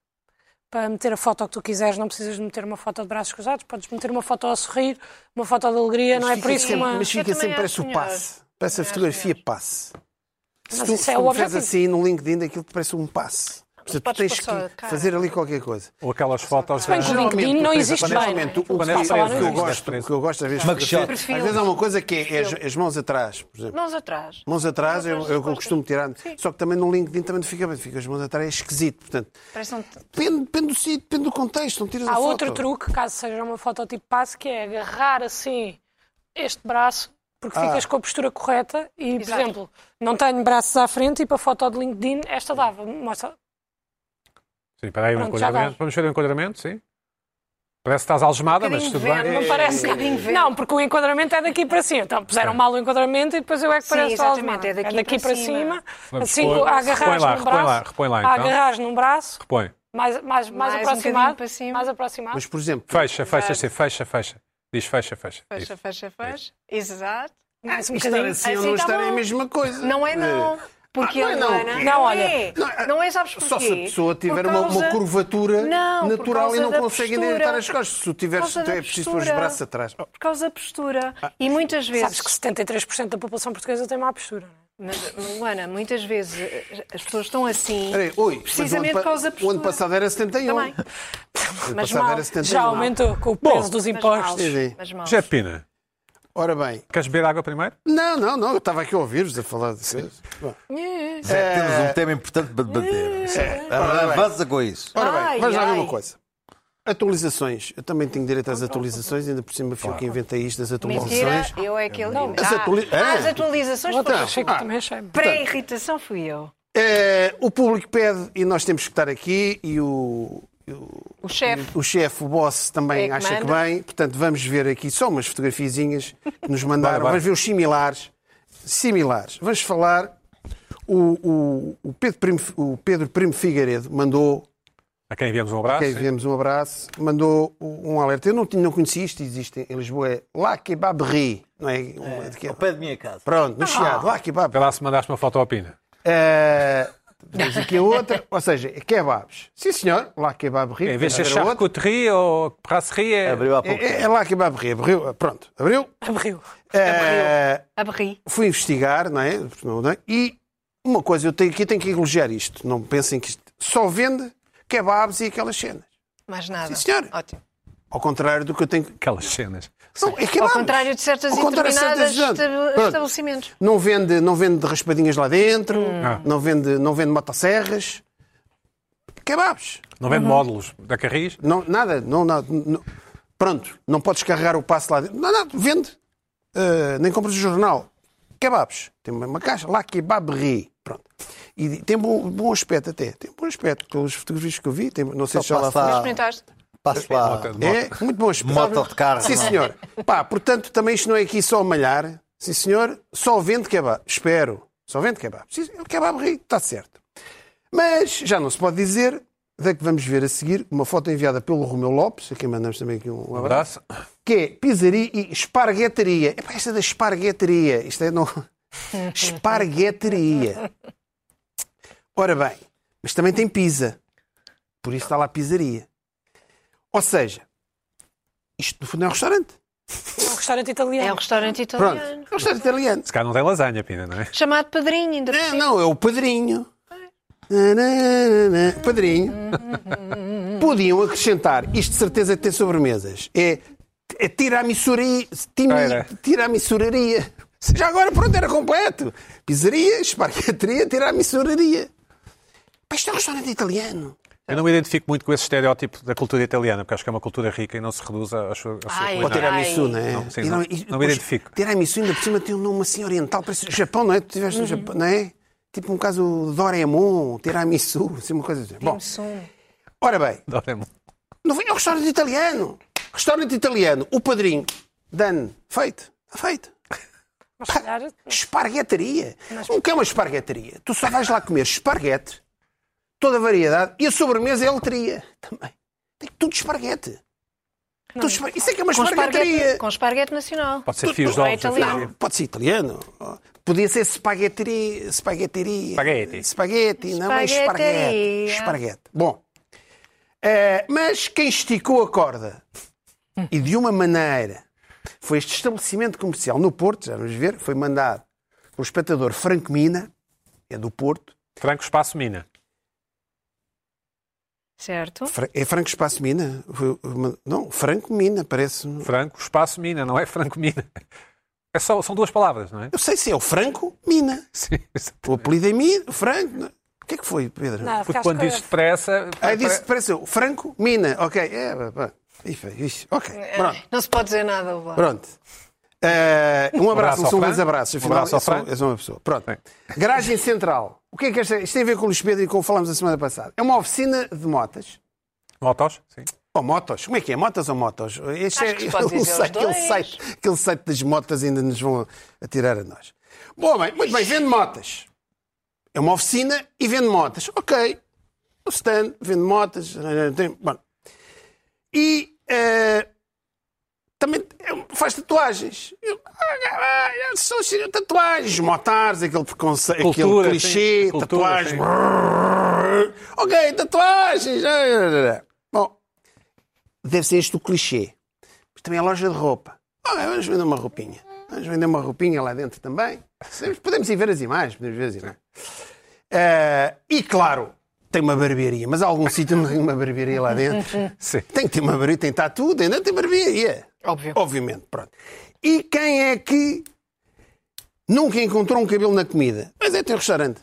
Speaker 4: Para meter a foto que tu quiseres, não precisas de meter uma foto de braços cruzados, podes meter uma foto a sorrir, uma foto de alegria, não é por isso que uma.
Speaker 2: Mas
Speaker 6: Eu
Speaker 2: fica
Speaker 6: também
Speaker 2: sempre,
Speaker 6: acho
Speaker 2: parece o
Speaker 6: melhor.
Speaker 2: passe. Parece a
Speaker 6: Também acho
Speaker 2: fotografia passe. Se
Speaker 4: Mas
Speaker 2: tu,
Speaker 4: isso
Speaker 2: se
Speaker 4: é
Speaker 2: tu
Speaker 4: o
Speaker 2: fizeres
Speaker 4: objetivo.
Speaker 2: assim no LinkedIn, aquilo te parece um passe. Portanto, tu
Speaker 6: podes
Speaker 2: tens
Speaker 6: passar a
Speaker 2: que
Speaker 6: cara.
Speaker 2: fazer ali qualquer coisa.
Speaker 1: é- Ou aquelas fotos.
Speaker 4: bem que o LinkedIn não existe bem. é
Speaker 2: Geralmente, o, o,
Speaker 1: Quando
Speaker 2: que
Speaker 1: és
Speaker 2: eu-
Speaker 1: preso,
Speaker 2: o que eu
Speaker 1: quando és
Speaker 2: gosto,
Speaker 1: preso.
Speaker 2: o que eu gosto às vezes,
Speaker 5: Mugshot.
Speaker 2: fotografia-
Speaker 6: Perfil.
Speaker 2: às vezes há uma coisa que é, é as, as mãos atrás, por exemplo.
Speaker 6: Mãos atrás.
Speaker 2: Mãos atrás, eu,
Speaker 6: Mãos atrás
Speaker 2: eu,
Speaker 6: das costas.
Speaker 2: costumo tirar. Só que também no LinkedIn também não fica bem. Fica as mãos atrás, é esquisito. Portanto,
Speaker 6: Parece um-
Speaker 2: depende, depende do sítio, depende do contexto. Não tiras a
Speaker 4: Há
Speaker 2: foto.
Speaker 4: outro truque, caso seja uma foto tipo passe, que é agarrar assim este braço, porque
Speaker 2: Ah.
Speaker 4: ficas com a postura correta e, por
Speaker 6: Exato.
Speaker 4: exemplo, não tenho braços à frente e para a foto de LinkedIn esta dava. Mostra.
Speaker 1: Sim, espera aí, um
Speaker 4: Pronto, já
Speaker 1: enquadramento.
Speaker 4: dá.
Speaker 1: Vamos ver o enquadramento, sim. Parece que estás algemada, mas tudo
Speaker 6: bocadinho
Speaker 1: bem.
Speaker 6: verde,
Speaker 4: Não parece.
Speaker 6: Um bocadinho verde.
Speaker 4: Não, porque o enquadramento é daqui para cima. Então
Speaker 1: É.
Speaker 4: puseram mal o enquadramento e depois eu é que
Speaker 6: Sim,
Speaker 4: pareço
Speaker 6: exatamente,
Speaker 4: algemada.
Speaker 6: é daqui para cima.
Speaker 1: Vamos
Speaker 4: assim,
Speaker 1: pôr-
Speaker 4: a agarrares
Speaker 1: repõe lá,
Speaker 4: num
Speaker 1: repõe
Speaker 4: braço.
Speaker 1: lá, repõe lá,
Speaker 4: a
Speaker 1: então.
Speaker 4: agarrares num braço,
Speaker 1: Repõe.
Speaker 4: mais, mais, mais,
Speaker 6: Mais um
Speaker 4: aproximado.
Speaker 6: bocadinho para cima.
Speaker 4: mais aproximado.
Speaker 2: Mas, por exemplo,
Speaker 1: Fecha, fecha, sim, fecha, fecha. Diz fecha, fecha.
Speaker 6: Fecha,
Speaker 1: Isso.
Speaker 6: fecha, fecha. Exato.
Speaker 4: mais um
Speaker 2: estar
Speaker 4: bocadinho.
Speaker 2: assim, ou
Speaker 6: Assim
Speaker 2: não
Speaker 6: tá
Speaker 2: estar é a
Speaker 6: bom.
Speaker 2: mesma coisa.
Speaker 6: Não é não. Porque
Speaker 2: Eh, Ah, não é
Speaker 6: ele
Speaker 2: não.
Speaker 6: não é não.
Speaker 4: Não, olha,
Speaker 6: é.
Speaker 2: não é-
Speaker 6: Não é, sabes porquê?
Speaker 2: Só se a pessoa
Speaker 6: Por
Speaker 2: tiver uma, uma
Speaker 6: causa-
Speaker 2: curvatura
Speaker 6: Não, por
Speaker 2: natural e
Speaker 6: causa
Speaker 2: não
Speaker 6: da
Speaker 2: consegue
Speaker 6: postura.
Speaker 2: endireitar as costas. Se tu tiveres,
Speaker 6: Por causa da
Speaker 2: é preciso pôr os
Speaker 6: postura.
Speaker 2: braços atrás. Oh,
Speaker 6: Por causa da postura.
Speaker 2: Ah.
Speaker 6: E muitas vezes.
Speaker 4: Sabes que 73% da população portuguesa tem má postura. não é?
Speaker 6: Mas, Luana, muitas vezes eh, as pessoas estão assim.
Speaker 2: peraí, oi, mas
Speaker 6: precisamente
Speaker 2: o ano,
Speaker 6: por
Speaker 2: pa-
Speaker 6: causa da
Speaker 2: O
Speaker 6: postura.
Speaker 2: ano passado era 71.
Speaker 6: Também.
Speaker 2: O ano
Speaker 4: Mas
Speaker 2: passado
Speaker 4: mal,
Speaker 2: era 71.
Speaker 4: já aumentou com o peso dos
Speaker 6: Mas maus.
Speaker 4: impostos.
Speaker 2: Sim, sim.
Speaker 6: Mas maus.
Speaker 1: José Pina,
Speaker 2: Ora bem,
Speaker 1: queres beber água primeiro?
Speaker 2: não, não, não, eu estava aqui a ouvir-vos a falar de coisas. Bom,
Speaker 5: Zé, temos um tema importante para debater É. avança com isso
Speaker 2: Ora bem,
Speaker 6: Ai,
Speaker 2: vamos lá ver
Speaker 6: ai.
Speaker 2: uma coisa. Atualizações. Eu também tenho direito às atualizações, ainda por cima fui eu que inventei isto das
Speaker 6: Mentira,
Speaker 2: atualizações.
Speaker 6: eu é aquele.
Speaker 4: Não.
Speaker 2: As
Speaker 6: Ah,
Speaker 2: atuali-
Speaker 6: ah,
Speaker 2: É.
Speaker 6: as atualizações
Speaker 1: Então,
Speaker 4: Outra,
Speaker 6: foram-
Speaker 1: ah.
Speaker 4: achei que também achei.
Speaker 6: Pré-irritação fui eu.
Speaker 2: É, o público pede e nós temos que estar aqui e o,
Speaker 6: O chefe.
Speaker 2: o chefe, o boss,
Speaker 6: É
Speaker 2: também
Speaker 6: que
Speaker 2: acha que
Speaker 6: manda.
Speaker 2: bem. Portanto, vamos ver aqui só umas fotografiazinhas que nos mandaram.
Speaker 1: Bora, bora.
Speaker 2: Vamos ver os similares. Similares. Vamos falar. O, o- o Pedro, Primo, o Pedro Primo Figueiredo mandou,
Speaker 1: A quem enviamos um abraço.
Speaker 2: quem
Speaker 1: sim.
Speaker 2: vemos um abraço, mandou um alerta. Eu não, tinha- não conheci isto, existe em Lisboa, é La Kebaberie, não é? Um- de que é?
Speaker 5: ao pé da minha casa
Speaker 2: Pronto,
Speaker 6: Ah.
Speaker 2: no Chiado, La Kebab.
Speaker 1: Vê lá se mandaste uma foto ao Pina.
Speaker 2: Eh, Temos aqui outra, ou seja, é kebabs. Sim, senhor, La Kebaberie.
Speaker 1: Em vez de ser
Speaker 2: Era outra.
Speaker 1: é charcuterie ou brasserie, é...
Speaker 5: abriu há pouco
Speaker 2: É, é, é La Kebaberie, abriu, pronto, abriu.
Speaker 4: Abriu.
Speaker 2: Eh,
Speaker 6: Aberri.
Speaker 2: fui investigar, não é? Porque não- não é? E uma coisa, eu tenho, aqui tenho que elogiar isto. Não pensem que isto só vende kebabs e aquelas cenas.
Speaker 6: Mais
Speaker 2: Sim,
Speaker 6: nada.
Speaker 2: senhor.
Speaker 6: Ótimo.
Speaker 2: Ao contrário do que eu tenho. que-
Speaker 1: aquelas cenas.
Speaker 2: Não, é
Speaker 6: Ao
Speaker 2: kebabs.
Speaker 6: contrário de certas
Speaker 2: Ao contrário de certas
Speaker 6: determinadas
Speaker 2: gente.
Speaker 6: esta-
Speaker 2: Pronto.
Speaker 6: estabelecimentos.
Speaker 2: Não vende, não vende raspadinhas lá dentro,
Speaker 1: Ah.
Speaker 6: Hum.
Speaker 2: não vende, não vende motosserras. Kebabs.
Speaker 1: Não vende módulos da Carris?
Speaker 2: Não, nada, não, nada. não- Pronto, não podes carregar o passo lá dentro. Não, não, vende. Ah, nem compras o jornal. Kebabs. Tem uma, uma caixa lá, kebaberie. Pronto. E tem bom, bom aspecto até. Tem bom aspecto. Pelas fotografias que eu vi, tem- não sei se já lá
Speaker 5: passo lá.
Speaker 2: foi.
Speaker 6: Mas comentaste?
Speaker 5: passo lá
Speaker 1: Moto de moto.
Speaker 2: É, muito bom aspecto.
Speaker 5: Moto de carro,
Speaker 2: Sim,
Speaker 5: não.
Speaker 2: senhor. Pá, portanto, também isto não é aqui só malhar. Sim, senhor. Só vende kebab. Espero. Só vende kebab. Sim, o kebab ri, está certo. Mas já não se pode dizer da que vamos ver a seguir, uma foto enviada pelo Romeu Lopes, a quem mandamos também aqui um
Speaker 1: Um
Speaker 2: abraço,
Speaker 1: abraço.
Speaker 2: que é pizzaria e esparguetaria. Epá, esta da esparguetaria, isto é não... esparguetaria. Ora bem, mas também tem pizza, por isso está lá pizzaria. Ou seja, isto no fundo é um restaurante.
Speaker 4: É um restaurante
Speaker 6: É um
Speaker 4: italiano.
Speaker 6: restaurante
Speaker 2: Pronto,
Speaker 6: italiano.
Speaker 2: é um restaurante italiano.
Speaker 1: Se calhar não tem lasanha, Pina, não é?
Speaker 6: Chamado Padrinho, ainda por
Speaker 2: É,
Speaker 6: cima.
Speaker 2: não, é o padrinho. Na, na, na, na. Padrinho. Podiam acrescentar, isto de certeza tem sobremesas, é, é tiramissuria.
Speaker 1: Era.
Speaker 2: Tiramissuria. Já agora, pronto, era completo. Pizzaria, espargueteria, tiramissuria. Pá, isto é um restaurante italiano.
Speaker 1: Eu não me identifico muito com esse estereótipo da cultura italiana, porque acho que é uma cultura rica e não se reduz à à sua, à sua
Speaker 6: Ai,
Speaker 2: Ou
Speaker 1: culinária.
Speaker 6: ai.
Speaker 2: tiramisu, não é?
Speaker 1: Não, sim,
Speaker 2: E
Speaker 1: não. Não
Speaker 2: e
Speaker 1: me
Speaker 2: depois,
Speaker 1: identifico.
Speaker 2: Tiramisu ainda por cima tem um nome assim oriental, parece Japão, não é? Tu tiveste no Japão, não é? Tipo um caso Doraemon, tiramisu, assim uma coisa assim. Bom,
Speaker 6: Sim.
Speaker 2: ora bem,
Speaker 1: Doraemon.
Speaker 2: Não vem ao restaurante italiano. Restaurante italiano, o padrinho. Dan, feito. Está feito.
Speaker 4: Mas se calhar,
Speaker 2: Esparguetaria. O que é uma esparguetaria? Tu só vais lá comer esparguete, toda a variedade, e a sobremesa é letria. Também. Tem tudo esparguete. Tudo espar- Isso é que é uma
Speaker 6: Com
Speaker 2: esparguetaria.
Speaker 6: esparguete, com esparguete nacional.
Speaker 1: Pode ser fios de
Speaker 6: Não é
Speaker 1: ovos. assim. não
Speaker 6: italiano.
Speaker 1: sei.
Speaker 2: Não, pode ser italiano. Podia ser spaghetti, spaghetti,
Speaker 1: Spaghetti.
Speaker 2: spaghetti, não é esparguete.
Speaker 6: Spaghetteria.
Speaker 2: Esparguete. Bom, eh, mas quem esticou a corda e de uma maneira foi este estabelecimento comercial no Porto, já vamos ver, foi mandado pelo espectador Franco Mina, é do Porto,
Speaker 1: Franco Espaço Mina.
Speaker 6: Certo?
Speaker 2: Fra- é Franco Espaço Mina, Foi- não, Franco Mina, parece-me.
Speaker 1: Franco Espaço Mina, não é Franco Mina. É só, são duas palavras, não é?
Speaker 2: Eu sei se é o Franco Mina.
Speaker 1: Sim, exato.
Speaker 2: O apelido é Mina, Franco. não- O que é que foi, Pedro?
Speaker 4: não,
Speaker 1: Porque
Speaker 4: ficaste
Speaker 1: quando
Speaker 4: com-
Speaker 1: diz depressa.
Speaker 6: É,
Speaker 2: Aí disse, pareceu, Franco Mina. Ok, é, pá, pá. Ixi, ixi, ok,
Speaker 6: É.
Speaker 2: pronto.
Speaker 6: Não se pode dizer nada, Lula.
Speaker 2: pronto. Eh, um abraço,
Speaker 1: abraço ao
Speaker 2: são grandes
Speaker 1: Franco.
Speaker 2: abraços.
Speaker 1: Um
Speaker 2: Afinal,
Speaker 1: abraço ao
Speaker 2: é só-
Speaker 1: Franco.
Speaker 2: é só uma pessoa. Pronto.
Speaker 1: Bem.
Speaker 2: Garagem Central. O que é que esta, isto tem a ver com o Luís Pedro e com o que falámos a semana passada? É uma oficina de motas.
Speaker 1: Motos? Sim.
Speaker 2: Ou motos? Como é que é? Motas ou motos? Este
Speaker 6: Acho
Speaker 2: é
Speaker 6: que se pode
Speaker 2: aquele
Speaker 6: dizer os
Speaker 2: site, aquele
Speaker 6: dois.
Speaker 2: site, aquele site das motas ainda nos vão atirar a nós. Bom, bem, muito bem, vende motas. É uma oficina e vende motas. Ok. O stand, vende motas. eh, tem- bom. E eh, também eh, faz tatuagens. Eu, ah, ah, ah, são assim, tatuagens, motares, aquele preconceito,
Speaker 1: Cultura,
Speaker 2: aquele clichê,
Speaker 1: sim. Cultura,
Speaker 2: tatuagens.
Speaker 1: sim.
Speaker 2: Brrr. Ok, tatuagens. ah, ah, ah, ah. Bom, deve ser este o clichê. Mas também a loja de roupa. Ah, vamos vender uma roupinha. Vamos vender uma roupinha lá dentro também. Podemos- Podemos ir ver as imagens, podemos ver as imagens. Ah, e claro, tem uma barbearia, mas há algum sítio não tem uma barbearia lá dentro.
Speaker 1: Sim.
Speaker 2: Tem que ter uma barbearia, tem tatu, tem, tem barbearia.
Speaker 6: Óbvio.
Speaker 2: Obviamente, pronto. E quem é que nunca encontrou um cabelo na comida? Mas é, tem um restaurante.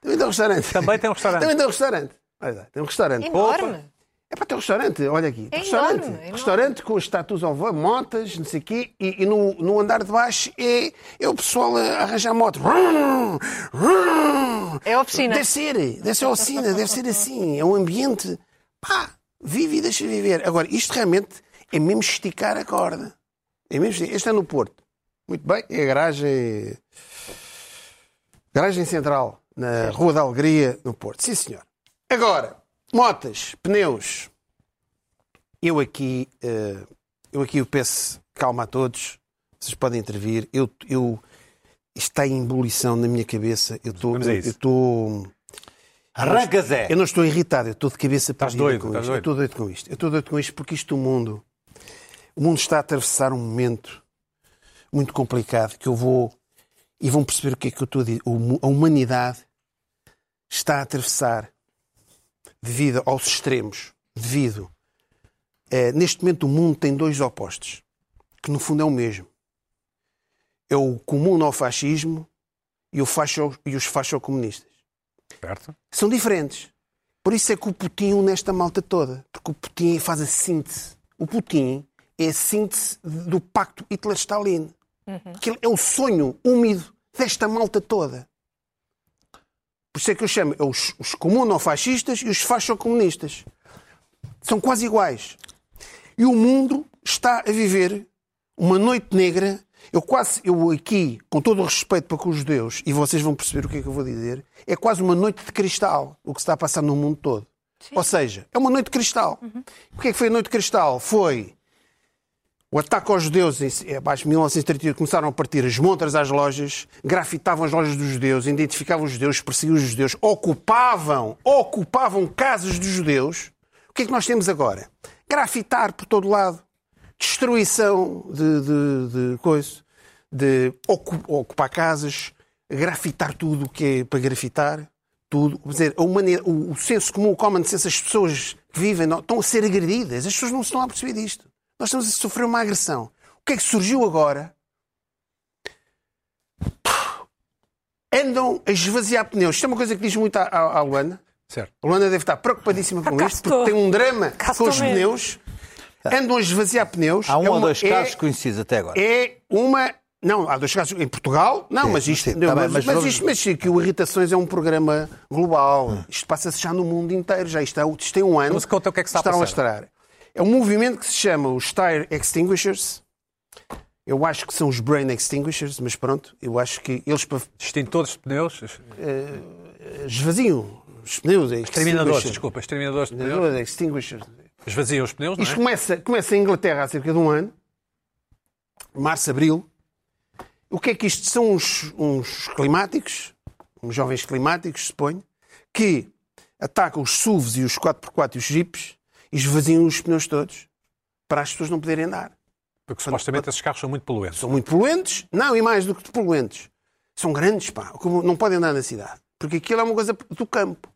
Speaker 2: Também tem um restaurante.
Speaker 1: Também tem um restaurante.
Speaker 2: Também tem um restaurante. Pois é, tem um restaurante.
Speaker 6: Enorme.
Speaker 2: É para ter um restaurante, olha aqui.
Speaker 6: É
Speaker 2: restaurante.
Speaker 6: enorme, é enorme.
Speaker 2: Restaurante com os tatus ao voo, motas, não sei o quê, e, e no, no andar de baixo é, é o pessoal a arranjar moto. Rum, rum.
Speaker 6: É a oficina.
Speaker 2: Deve ser, deve ser a oficina, deve ser assim. É um ambiente. Pá, vive e deixa viver. Agora, isto realmente é mesmo esticar a corda. É mesmo esticar. Este é no Porto. Muito bem, é a garagem. Garagem Central, na Rua da Alegria, no Porto. Sim, senhor. Agora, motas, pneus. Eu aqui, eh, eu aqui peço calma a todos. Vocês podem intervir. Eu, eu, isto está em ebulição na minha cabeça. Eu estou.
Speaker 1: Vamos a
Speaker 2: Eu
Speaker 1: isso.
Speaker 2: estou.
Speaker 5: Arranca, Zé!
Speaker 2: Eu não estou irritado, eu estou de cabeça perdida
Speaker 1: doido,
Speaker 2: com
Speaker 1: estás
Speaker 2: isto. Eu estou doido com isto. Eu estou doido com isto porque isto o mundo. O mundo está a atravessar um momento muito complicado que eu vou. E vão perceber o que é que eu estou a dizer. O mu- A humanidade está a atravessar, devido aos extremos, devido. eh, neste momento, o mundo tem dois opostos, que no fundo é o mesmo. É o comum ao fascismo e, o fascio, e os fascocomunistas
Speaker 1: Certo?
Speaker 2: são diferentes. Por isso é que o Putin une esta malta toda. Porque o Putin faz a síntese. O Putin é a síntese do pacto Hitler-Stalin. Aquilo é o sonho úmido desta malta toda. Por isso é que eu chamo é os, os comunofascistas e os fascocomunistas. São quase iguais. E o mundo está a viver uma noite negra. Eu quase, eu aqui, com todo o respeito para com os judeus, e vocês vão perceber o que é que eu vou dizer, é quase uma noite de cristal o que se está a passar no mundo todo. Ou seja, é uma noite de cristal. O que é que foi a noite de cristal? Foi o ataque aos judeus, em, abaixo de 1938, começaram a partir as montras às lojas, grafitavam as lojas dos judeus, identificavam os judeus, perseguiam os judeus, ocupavam, ocupavam casas dos judeus. O que é que nós temos agora? Grafitar por todo lado, destruição de, de, de coisa, de ocu- ocupar casas, grafitar tudo o que é para grafitar, tudo. Quer dizer, a humani- o, o senso comum, o common sense, as pessoas que vivem não- estão a ser agredidas, as pessoas não se estão a perceber disto. Nós estamos a sofrer uma agressão. O que é que surgiu agora? Andam a esvaziar pneus. Isto é uma coisa que diz muito à, à à Luana.
Speaker 1: Certo.
Speaker 2: A Luana deve estar preocupadíssima com
Speaker 4: cá
Speaker 2: isto, porque
Speaker 4: estou.
Speaker 2: tem um drama
Speaker 4: Cá
Speaker 2: com
Speaker 4: estou
Speaker 2: os
Speaker 4: mesmo.
Speaker 2: pneus. Andam a esvaziar pneus.
Speaker 5: Há um
Speaker 2: É
Speaker 5: ou
Speaker 2: uma-
Speaker 5: dois
Speaker 2: é-
Speaker 5: casos conhecidos até agora.
Speaker 2: é uma. Não, há dois casos. Em Portugal, não, mas isto.
Speaker 5: sim, tá
Speaker 2: não,
Speaker 5: bem,
Speaker 2: mas,
Speaker 5: mas
Speaker 2: mas
Speaker 5: vamos- Hum.
Speaker 2: isto, mas que o Irritações é um programa global. Isto passa-se já no mundo inteiro, já isto, é- isto tem um ano.
Speaker 1: Mas conta o que é que está a
Speaker 2: a
Speaker 1: passar.
Speaker 2: lastrar. É um movimento que se chama os Tire Extinguishers. Eu acho que são os Brain Extinguishers, mas pronto, eu acho que eles para-
Speaker 1: Extintores de pneus.
Speaker 2: esvaziam os pneus. é
Speaker 1: Exterminadores,
Speaker 2: extinguishers.
Speaker 1: desculpa. Exterminadores de pneus.
Speaker 2: Exterminadores, é Extinguishers.
Speaker 1: Esvaziam os pneus, não
Speaker 2: Isto
Speaker 1: é?
Speaker 2: começa, começa em Inglaterra há cerca de um ano, março, abril. O que é que isto são uns, uns climáticos, uns jovens climáticos, suponho, que atacam os SUVs e os 4x4 e os jipes e esvaziam os pneus todos para as pessoas não poderem andar.
Speaker 1: Porque supostamente esses carros são muito poluentes.
Speaker 2: São muito poluentes, não, e mais do que poluentes. São grandes, pá, como não podem andar na cidade. Porque aquilo é uma coisa do campo.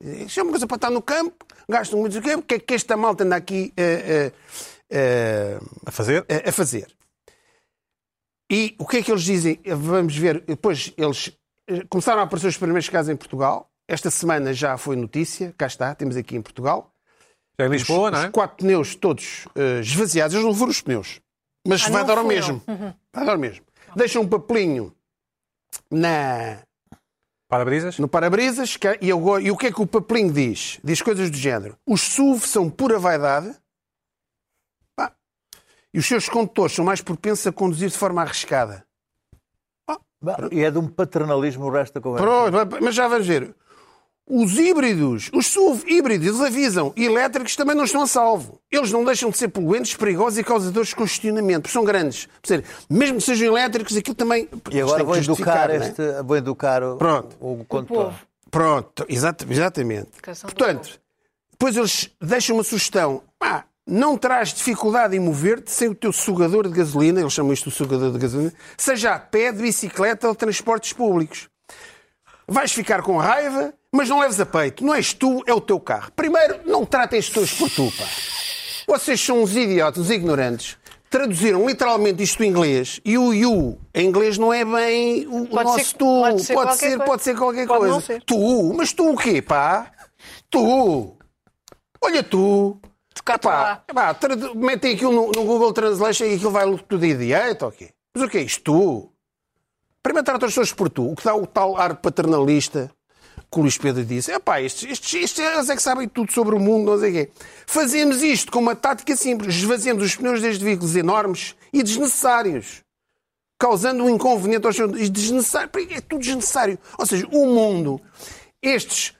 Speaker 2: Isso é uma coisa para estar no campo, gastam muito o quê? O que é que esta malta anda aqui eh, eh, eh,
Speaker 1: A fazer?
Speaker 2: a a fazer. E o que é que eles dizem? Vamos ver. Depois eles eh, começaram a aparecer os primeiros casos em Portugal. Esta semana já foi notícia, cá está, temos aqui em Portugal.
Speaker 1: Já em
Speaker 2: Os-
Speaker 1: Lisboa,
Speaker 2: os,
Speaker 1: não é?
Speaker 2: quatro pneus todos eh, esvaziados, eles não foram os pneus. Mas vai
Speaker 6: Ah, não
Speaker 2: dar ao
Speaker 6: foram. Uhum.
Speaker 2: mesmo. Vai dar ao mesmo. Deixam um papelinho na,
Speaker 1: Para-brisas?
Speaker 2: no para-brisas que- e, agora- e o que é que o papelinho diz? Diz coisas do género. Os SUV são pura vaidade pá, e os seus condutores são mais propensos a conduzir de forma arriscada.
Speaker 5: Bah, E é de um paternalismo o resto da conversa.
Speaker 2: Pronto, mas já vamos ver. Os híbridos, os SUV híbridos, eles avisam, e elétricos também não estão a salvo. Eles não deixam de ser poluentes, perigosos e causadores de congestionamento, porque são grandes. Por ser, mesmo que sejam elétricos, aquilo também.
Speaker 5: E
Speaker 2: Isto
Speaker 5: agora
Speaker 2: tem que
Speaker 5: vou
Speaker 2: justificar,
Speaker 5: educar,
Speaker 2: não é?
Speaker 5: este, vou educar o,
Speaker 2: Pronto.
Speaker 5: o
Speaker 6: O
Speaker 5: condutor.
Speaker 6: povo.
Speaker 2: Pronto, exata- exatamente.
Speaker 6: Educação do
Speaker 2: Portanto, depois eles deixam uma sugestão. Pá, não terás dificuldade em mover-te sem o teu sugador de gasolina, eles chamam isto de sugador de gasolina, seja a pé, de bicicleta ou de transportes públicos. Vais ficar com raiva, mas não leves a peito. Não és tu, é o teu carro. Primeiro, não tratem as pessoas por tu, pá. Vocês são uns idiotas, uns ignorantes. Traduziram literalmente isto em inglês e o you em inglês não é bem o, o
Speaker 6: Pode
Speaker 2: nosso
Speaker 6: ser-
Speaker 2: tu.
Speaker 6: pode ser
Speaker 2: pode
Speaker 6: qualquer
Speaker 2: ser,
Speaker 6: coisa.
Speaker 2: pode ser qualquer
Speaker 6: Pode
Speaker 2: coisa.
Speaker 6: não ser.
Speaker 2: Tu, mas tu o quê, pá? Tu. Olha tu.
Speaker 6: cá
Speaker 2: Epá, epá, tradu- metem aquilo no, no Google Translation e aquilo vai tudo de direito, ok? Mas o que é isto? Tu? Primeiro tratam as pessoas por tu, o que dá o tal ar paternalista que o Luís Pedro disse. Epá, estes, estes, estes eles é que sabem tudo sobre o mundo, não sei o quê. Fazemos isto com uma tática simples. Esvaziamos os pneus desde veículos enormes e desnecessários causando um inconveniente aos seus... desnecessário. É tudo desnecessário. Ou seja, o mundo, estes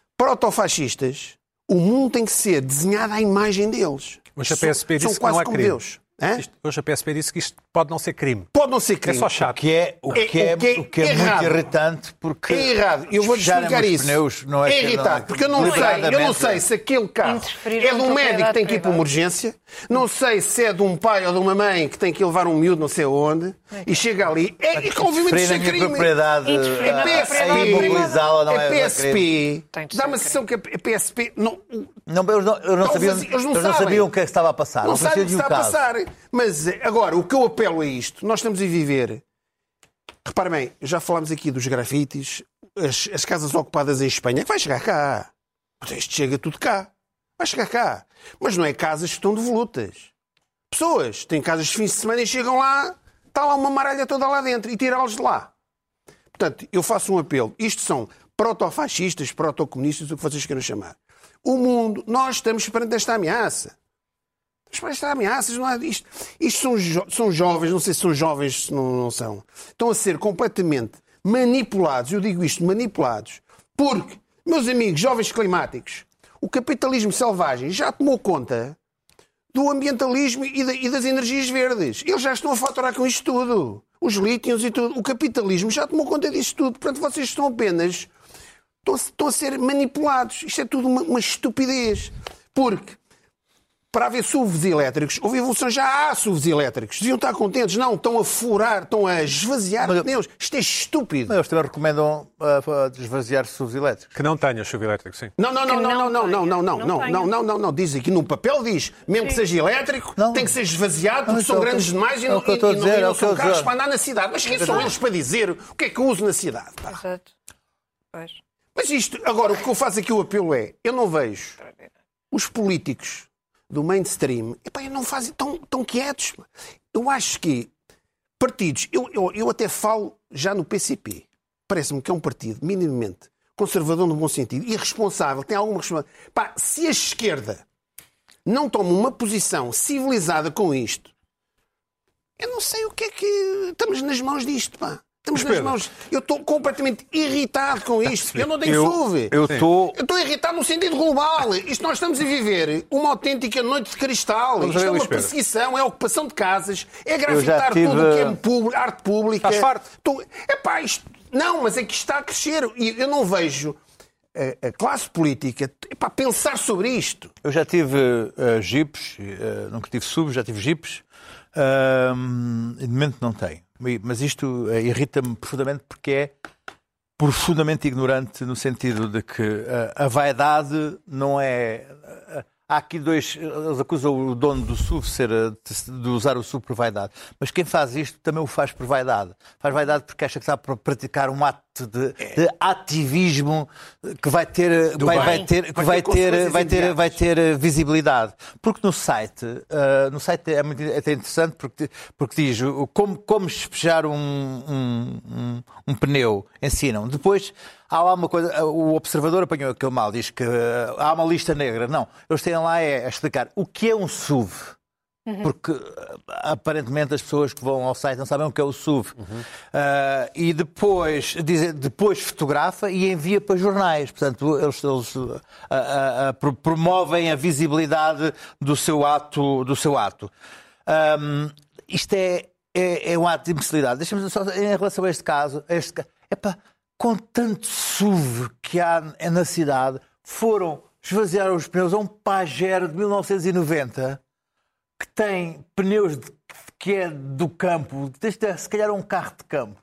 Speaker 2: protofascistas, o mundo tem que ser desenhado à imagem deles.
Speaker 1: Hoje a
Speaker 2: São-
Speaker 1: PSP
Speaker 2: São
Speaker 1: disse que
Speaker 2: quase
Speaker 1: não é
Speaker 2: como
Speaker 1: crime.
Speaker 2: Deus. Hã?
Speaker 1: Isto- Hoje a PSP disse que isto pode não ser crime.
Speaker 2: Pode não ser
Speaker 1: É
Speaker 2: crime.
Speaker 1: só chato.
Speaker 5: Que é, o,
Speaker 2: É-
Speaker 5: que é,
Speaker 2: o que é
Speaker 5: o que é
Speaker 2: errado.
Speaker 5: muito irritante porque.
Speaker 2: É errado. Eu vou
Speaker 5: despejarem
Speaker 2: explicar
Speaker 5: os
Speaker 2: isso.
Speaker 5: Pneus, não é,
Speaker 2: é
Speaker 5: que- não
Speaker 2: irritado, porque eu não sei, eu não
Speaker 5: deliberadamente.
Speaker 2: sei se aquele carro
Speaker 6: Interferir
Speaker 2: é
Speaker 6: na
Speaker 2: de um médico que tem que ir para
Speaker 6: propriedade
Speaker 2: uma urgência, não sei se é de um pai ou de uma mãe que tem que ir levar um miúdo não sei onde, e chega ali. É, é que obviamente
Speaker 5: Interferir
Speaker 2: isso
Speaker 5: na
Speaker 2: é
Speaker 5: minha
Speaker 2: crime.
Speaker 5: propriedade.
Speaker 6: Interferir na
Speaker 5: a- a
Speaker 6: propriedade
Speaker 5: imobilizá-la não
Speaker 2: a
Speaker 5: é- não é crime.
Speaker 2: PSP
Speaker 6: Tem de ser
Speaker 2: dá uma
Speaker 6: crime.
Speaker 2: sensação que a PSP não,
Speaker 5: Não, eles não, eles não
Speaker 2: Não,
Speaker 5: sabiam,
Speaker 2: Então, mas
Speaker 5: eles
Speaker 2: eles
Speaker 5: não,
Speaker 2: não sabem.
Speaker 5: sabiam o que é que estava a passar.
Speaker 2: não sabe
Speaker 5: conheciam
Speaker 2: o que está a
Speaker 5: o um caso.
Speaker 2: passar. Mas eh, agora, o que eu apelo a isto, nós estamos a viver. Repare bem, já falámos aqui dos grafites, as, as casas ocupadas em Espanha, que vai chegar cá. Isto chega tudo cá. Vai chegar cá. Mas não é casas que estão devolutas. Pessoas têm casas de fins de semana e chegam lá, está lá uma maralha toda lá dentro e tirá-los de lá. Portanto, eu faço um apelo. Isto são protofascistas, protocomunistas, o que vocês queiram chamar. O mundo, nós estamos perante esta ameaça. Mas parece estar ameaças, não há isto. Isto são, jo- são jovens, não sei se são jovens, se não, não são. Estão a ser completamente manipulados, eu digo isto, manipulados, porque, meus amigos, jovens climáticos, o capitalismo selvagem já tomou conta do ambientalismo e, da- e das energias verdes. Eles já estão a faturar com isto tudo. Os lítios e tudo. O capitalismo já tomou conta disso tudo. Portanto, vocês estão apenas. Estão, estão a ser manipulados. Isto é tudo uma, uma estupidez. Porque para haver SUVs elétricos, houve evolução, já há SUVs elétricos. Deviam estar contentes. Não, estão a furar, estão a esvaziar pneus. Isto é estúpido.
Speaker 5: Mas eles também recomendam ah, esvaziar SUVs elétricos.
Speaker 1: Que não tenha chuva elétrico, sim.
Speaker 2: Não, não, não,
Speaker 6: Que
Speaker 2: não,
Speaker 6: não
Speaker 2: não, não, não,
Speaker 6: tenha.
Speaker 2: não, não,
Speaker 6: Não
Speaker 2: não,
Speaker 6: tenha.
Speaker 2: não, não, não, não. Diz aqui no papel diz, mesmo que seja elétrico,
Speaker 5: Não.
Speaker 2: tem que ser esvaziado
Speaker 5: Não,
Speaker 2: porque
Speaker 5: isso
Speaker 2: são
Speaker 5: é o que-
Speaker 2: grandes demais e
Speaker 5: é
Speaker 2: não,
Speaker 5: o que eu
Speaker 2: e-
Speaker 5: estou a
Speaker 2: e não-
Speaker 5: dizer,
Speaker 2: e
Speaker 5: é
Speaker 2: não
Speaker 5: o que
Speaker 2: são
Speaker 5: eu
Speaker 2: carros
Speaker 5: digo.
Speaker 2: para andar na cidade. Mas quem são eles para dizer o que é que eu uso na cidade? pá?
Speaker 6: Exato. Pois.
Speaker 2: Mas isto, agora, o que eu faço aqui o apelo é, eu não vejo os políticos do mainstream, epá, eu não fazem tão, tão quietos. pá. Eu acho que partidos, eu, eu, eu até falo já no PCP, parece-me que é um partido minimamente conservador no bom sentido, irresponsável, tem alguma responsabilidade. Pá, se a esquerda não toma uma posição civilizada com isto, eu não sei o que é que... Estamos nas mãos disto, pá. Estamos
Speaker 1: Mas, Pedro,
Speaker 2: nas mãos. Eu estou completamente irritado com isto. Eu não tenho SUV.
Speaker 7: Eu estou.
Speaker 2: Eu estou irritado no sentido global. Isto nós estamos a viver uma autêntica noite de cristal.
Speaker 1: Vamos
Speaker 2: Isto
Speaker 1: ver,
Speaker 2: é uma
Speaker 1: Luís Pedro.
Speaker 2: perseguição, é ocupação de casas, é
Speaker 5: já
Speaker 2: grafitar
Speaker 5: tive-
Speaker 2: tudo o que é público, arte pública.
Speaker 1: Estás farto?
Speaker 2: Estou- Epá, isto... Não, mas é que está a crescer. E eu não vejo a, a classe política epá, pensar sobre isto.
Speaker 5: Eu já tive eh, jipes, eh, nunca tive subs, já tive jipes. Ahm, e de momento não tenho. E- Mas isto eh, irrita-me profundamente porque é profundamente ignorante no sentido de que eh, a vaidade não é. eh, há aqui dois. Eles acusam o dono do SUV de, ser, eh, de- de usar o SUV por vaidade. Mas quem faz isto também o faz por vaidade. Faz vaidade porque acha que está a pra- praticar um ato de, de ativismo que vai ter. Vai, vai ter, que
Speaker 2: Vai
Speaker 5: vai
Speaker 2: ter
Speaker 5: ter, vai ter,
Speaker 2: consequências
Speaker 5: vai ter eh, visibilidade. Porque no site, eh, no site é muito é até interessante porque, porque diz o- como, como despejar um, um, um- um pneu, ensinam. Depois há lá uma coisa, eh, o observador apanhou aquele mal, diz que eh, há uma lista negra. Não, eles têm lá é, a explicar o que é um SUV. Porque eh, aparentemente as pessoas que vão ao site não sabem o que é o SUV. Ah, e depois, dizem- depois fotografa e envia para jornais. Portanto, eles, eles, ah, ah, ah, pro- promovem a visibilidade do seu ato. Do seu ato. Ahm, isto é, é, é um ato de imbecilidade. Deixa-me dizer só, em relação a este caso, a este, ca- epá, com tanto SUV que há na cidade, foram esvaziar os pneus a um Pajero de 1990 que tem pneus de- que é do campo, este é, se calhar é um carro de campo,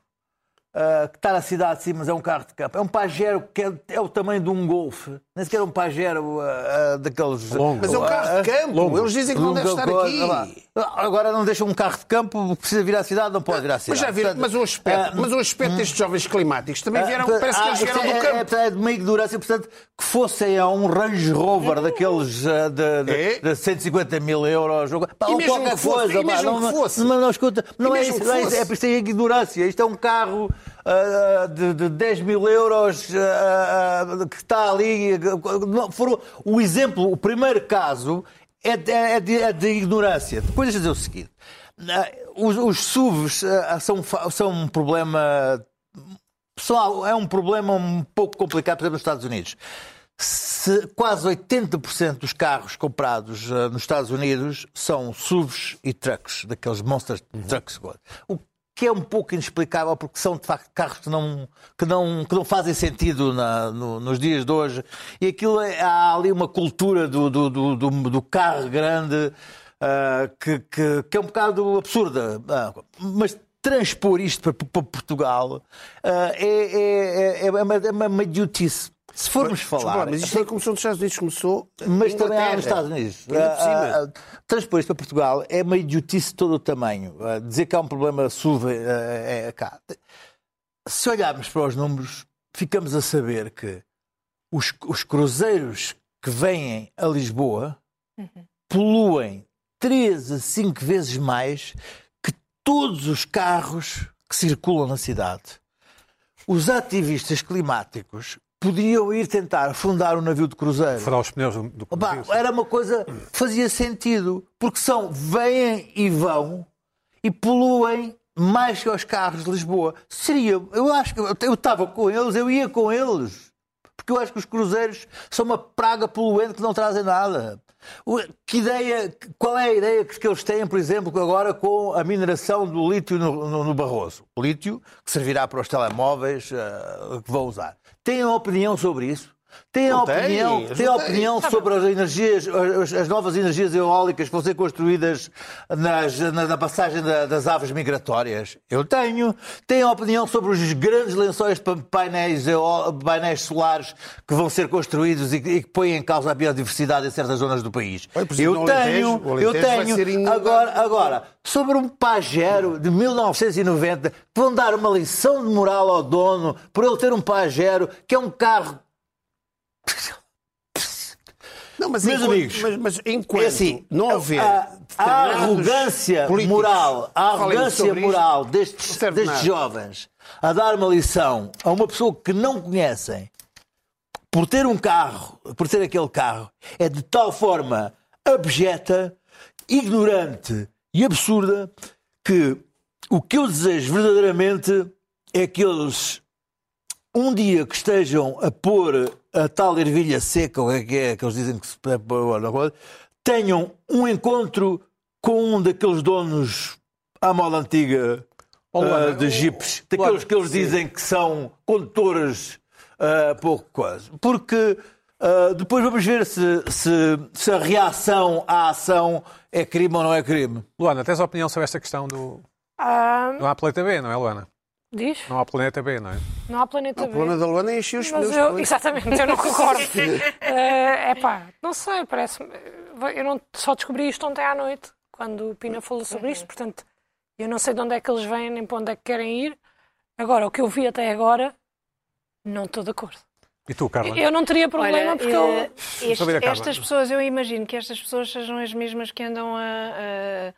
Speaker 5: ah, que está na cidade sim, mas é um carro de campo. É um Pajero que é, é o tamanho de um Golfe, nem sequer é um Pajero ah, ah, daqueles...
Speaker 1: Longo.
Speaker 2: Mas é um carro de campo. Eles dizem que não deve estar
Speaker 5: agora,
Speaker 2: aqui.
Speaker 5: Ah lá. Agora não deixa um carro de campo, precisa vir à cidade, não pode vir à
Speaker 2: Mas
Speaker 5: cidade.
Speaker 2: Ah, já viram,
Speaker 5: Portanto,
Speaker 2: mas o aspecto,
Speaker 5: ah,
Speaker 2: mas o aspecto destes jovens climáticos também vieram,
Speaker 5: ah,
Speaker 2: parece que eles
Speaker 5: ah,
Speaker 2: vieram
Speaker 5: é-
Speaker 2: do
Speaker 5: É,
Speaker 2: campo.
Speaker 5: portanto, é de uma ignorância, portanto, que fossem a um Range Rover daqueles ah, de, de-
Speaker 2: É.
Speaker 5: de 150 mil euros, ou, pá,
Speaker 2: E
Speaker 5: ou
Speaker 2: mesmo
Speaker 5: qualquer
Speaker 2: que fosse,
Speaker 5: coisa.
Speaker 2: e
Speaker 5: pá,
Speaker 2: mesmo
Speaker 5: não,
Speaker 2: que fosse.
Speaker 5: Não, não, escuta, não é
Speaker 2: mesmo
Speaker 5: isso,
Speaker 2: que
Speaker 5: não é, isso,
Speaker 2: fosse.
Speaker 5: é, isto é ignorância. Isto é um carro ah, ah, de, de 10 mil euros ah, ah, que está ali. eh, não, foram- o exemplo, o primeiro caso é de, é de- é de ignorância. Depois deixa eu dizer o seguinte. Ah, Os, os SUVs ah, são, fa- são um problema Pessoal, é um problema um pouco complicado, por exemplo, nos Estados Unidos. Se quase 80% dos carros comprados eh, nos Estados Unidos são SUVs e trucks, daqueles monster trucks. O que é um pouco inexplicável, porque são de facto carros que não, que não, que não fazem sentido na- no- nos dias de hoje. E aquilo é- há ali uma cultura do, do, do, do- do carro grande ah, que, que- que é um bocado absurda. Ah, mas transpor isto para, para Portugal ah, é, é, é, é uma, é uma idiotice. Se formos
Speaker 2: Desculpa
Speaker 5: falar.
Speaker 2: lá, Mas isto é não começou nos Estados Unidos, começou
Speaker 5: Mas
Speaker 2: na
Speaker 5: também há nos
Speaker 2: Inglaterra.
Speaker 5: Estados Unidos.
Speaker 2: Ainda por cima.
Speaker 5: Ah, ah, ah, transpor isto para Portugal é uma idiotice de todo o tamanho. Ah, dizer que há um problema SUV é, é cá. Se olharmos para os números, ficamos a saber que os, os cruzeiros que vêm a Lisboa poluem 3 a 5 vezes mais que todos os carros que circulam na cidade. Os ativistas climáticos podiam ir tentar fundar um navio de cruzeiro.
Speaker 1: Furar os pneus do, do
Speaker 5: Opa,
Speaker 1: do-
Speaker 5: era uma coisa fazia sentido, porque são vêm e vão e poluem mais que os carros de Lisboa. Seria, eu acho que eu estava com eles, eu ia com eles. porque eu acho que os cruzeiros são uma praga poluente que não trazem nada. O- Que ideia, qual é a ideia que que eles têm, por exemplo, agora com a mineração do lítio no, no- no Barroso? O lítio que servirá para os telemóveis ah, que vão usar. Têm uma opinião sobre isso? Têm
Speaker 2: Não tem,
Speaker 5: opinião,
Speaker 2: não
Speaker 5: têm
Speaker 2: tem.
Speaker 5: opinião sobre as energias, as, as novas energias eólicas que vão ser construídas nas- na, na passagem da- das aves migratórias? Eu tenho. Têm opinião sobre os grandes lençóis de pa- painéis, eó- painéis solares que vão ser construídos e, que- e que põem em causa a biodiversidade em certas zonas do país?
Speaker 2: Olha, por exemplo,
Speaker 5: Eu
Speaker 2: no Alentejo,
Speaker 5: tenho,
Speaker 2: o
Speaker 5: eu
Speaker 2: Alentejo vai ser
Speaker 5: tenho.
Speaker 2: inundado.
Speaker 5: Agora, agora, sobre um pajero de 1990, que vão dar uma lição de moral ao dono por ele ter um pajero que é um carro
Speaker 2: Não, mas
Speaker 5: Meus
Speaker 2: enquanto,
Speaker 5: amigos,
Speaker 2: mas, mas enquanto Ah,
Speaker 5: É assim,
Speaker 2: não
Speaker 5: a-
Speaker 2: houver
Speaker 5: a, a
Speaker 2: determinados
Speaker 5: arrogância
Speaker 2: políticos
Speaker 5: moral, a
Speaker 2: que falem
Speaker 5: arrogância
Speaker 2: sobre isto,
Speaker 5: moral
Speaker 2: não
Speaker 5: destes,
Speaker 2: serve
Speaker 5: destes
Speaker 2: nada.
Speaker 5: jovens a dar uma lição a uma pessoa que não conhecem por ter um carro, por ter aquele carro, é de tal forma abjeta, ignorante e absurda que o que eu desejo verdadeiramente é que eles um dia que estejam a pôr a tal ervilha seca, o que é que é que eles dizem que se é pôr, não é? tenham um encontro com um daqueles donos à moda antiga
Speaker 1: Luana,
Speaker 5: ah, de jipes, daqueles que eles dizem que são condutores ah, pouco quase. Porque ah, depois vamos ver se, se- se a reação à ação é crime ou não é crime.
Speaker 1: Luana, tens opinião sobre esta questão do.
Speaker 4: Ah,
Speaker 1: Não há planeta B, não é, Luana?
Speaker 4: diz?
Speaker 1: Não há planeta B, não é?
Speaker 4: Não há planeta
Speaker 2: O
Speaker 4: B.
Speaker 2: problema da Luana é encher os
Speaker 4: Mas
Speaker 2: pneus.
Speaker 4: eu, exatamente, eu não concordo. É pá, não sei, parece-me. eh, Eu não, só descobri isto ontem à noite, quando o Pina falou sobre isto, portanto, eu não sei de onde é que eles vêm nem para onde é que querem ir. Agora, o que eu vi até agora, não estou de acordo.
Speaker 1: E tu, Carla?
Speaker 4: Eu não teria problema
Speaker 6: Olha,
Speaker 4: porque
Speaker 6: eh,
Speaker 4: eu.
Speaker 6: este-
Speaker 1: Deixa eu ver a Carla.
Speaker 6: estas pessoas, eu imagino que estas pessoas sejam as mesmas que andam a, a-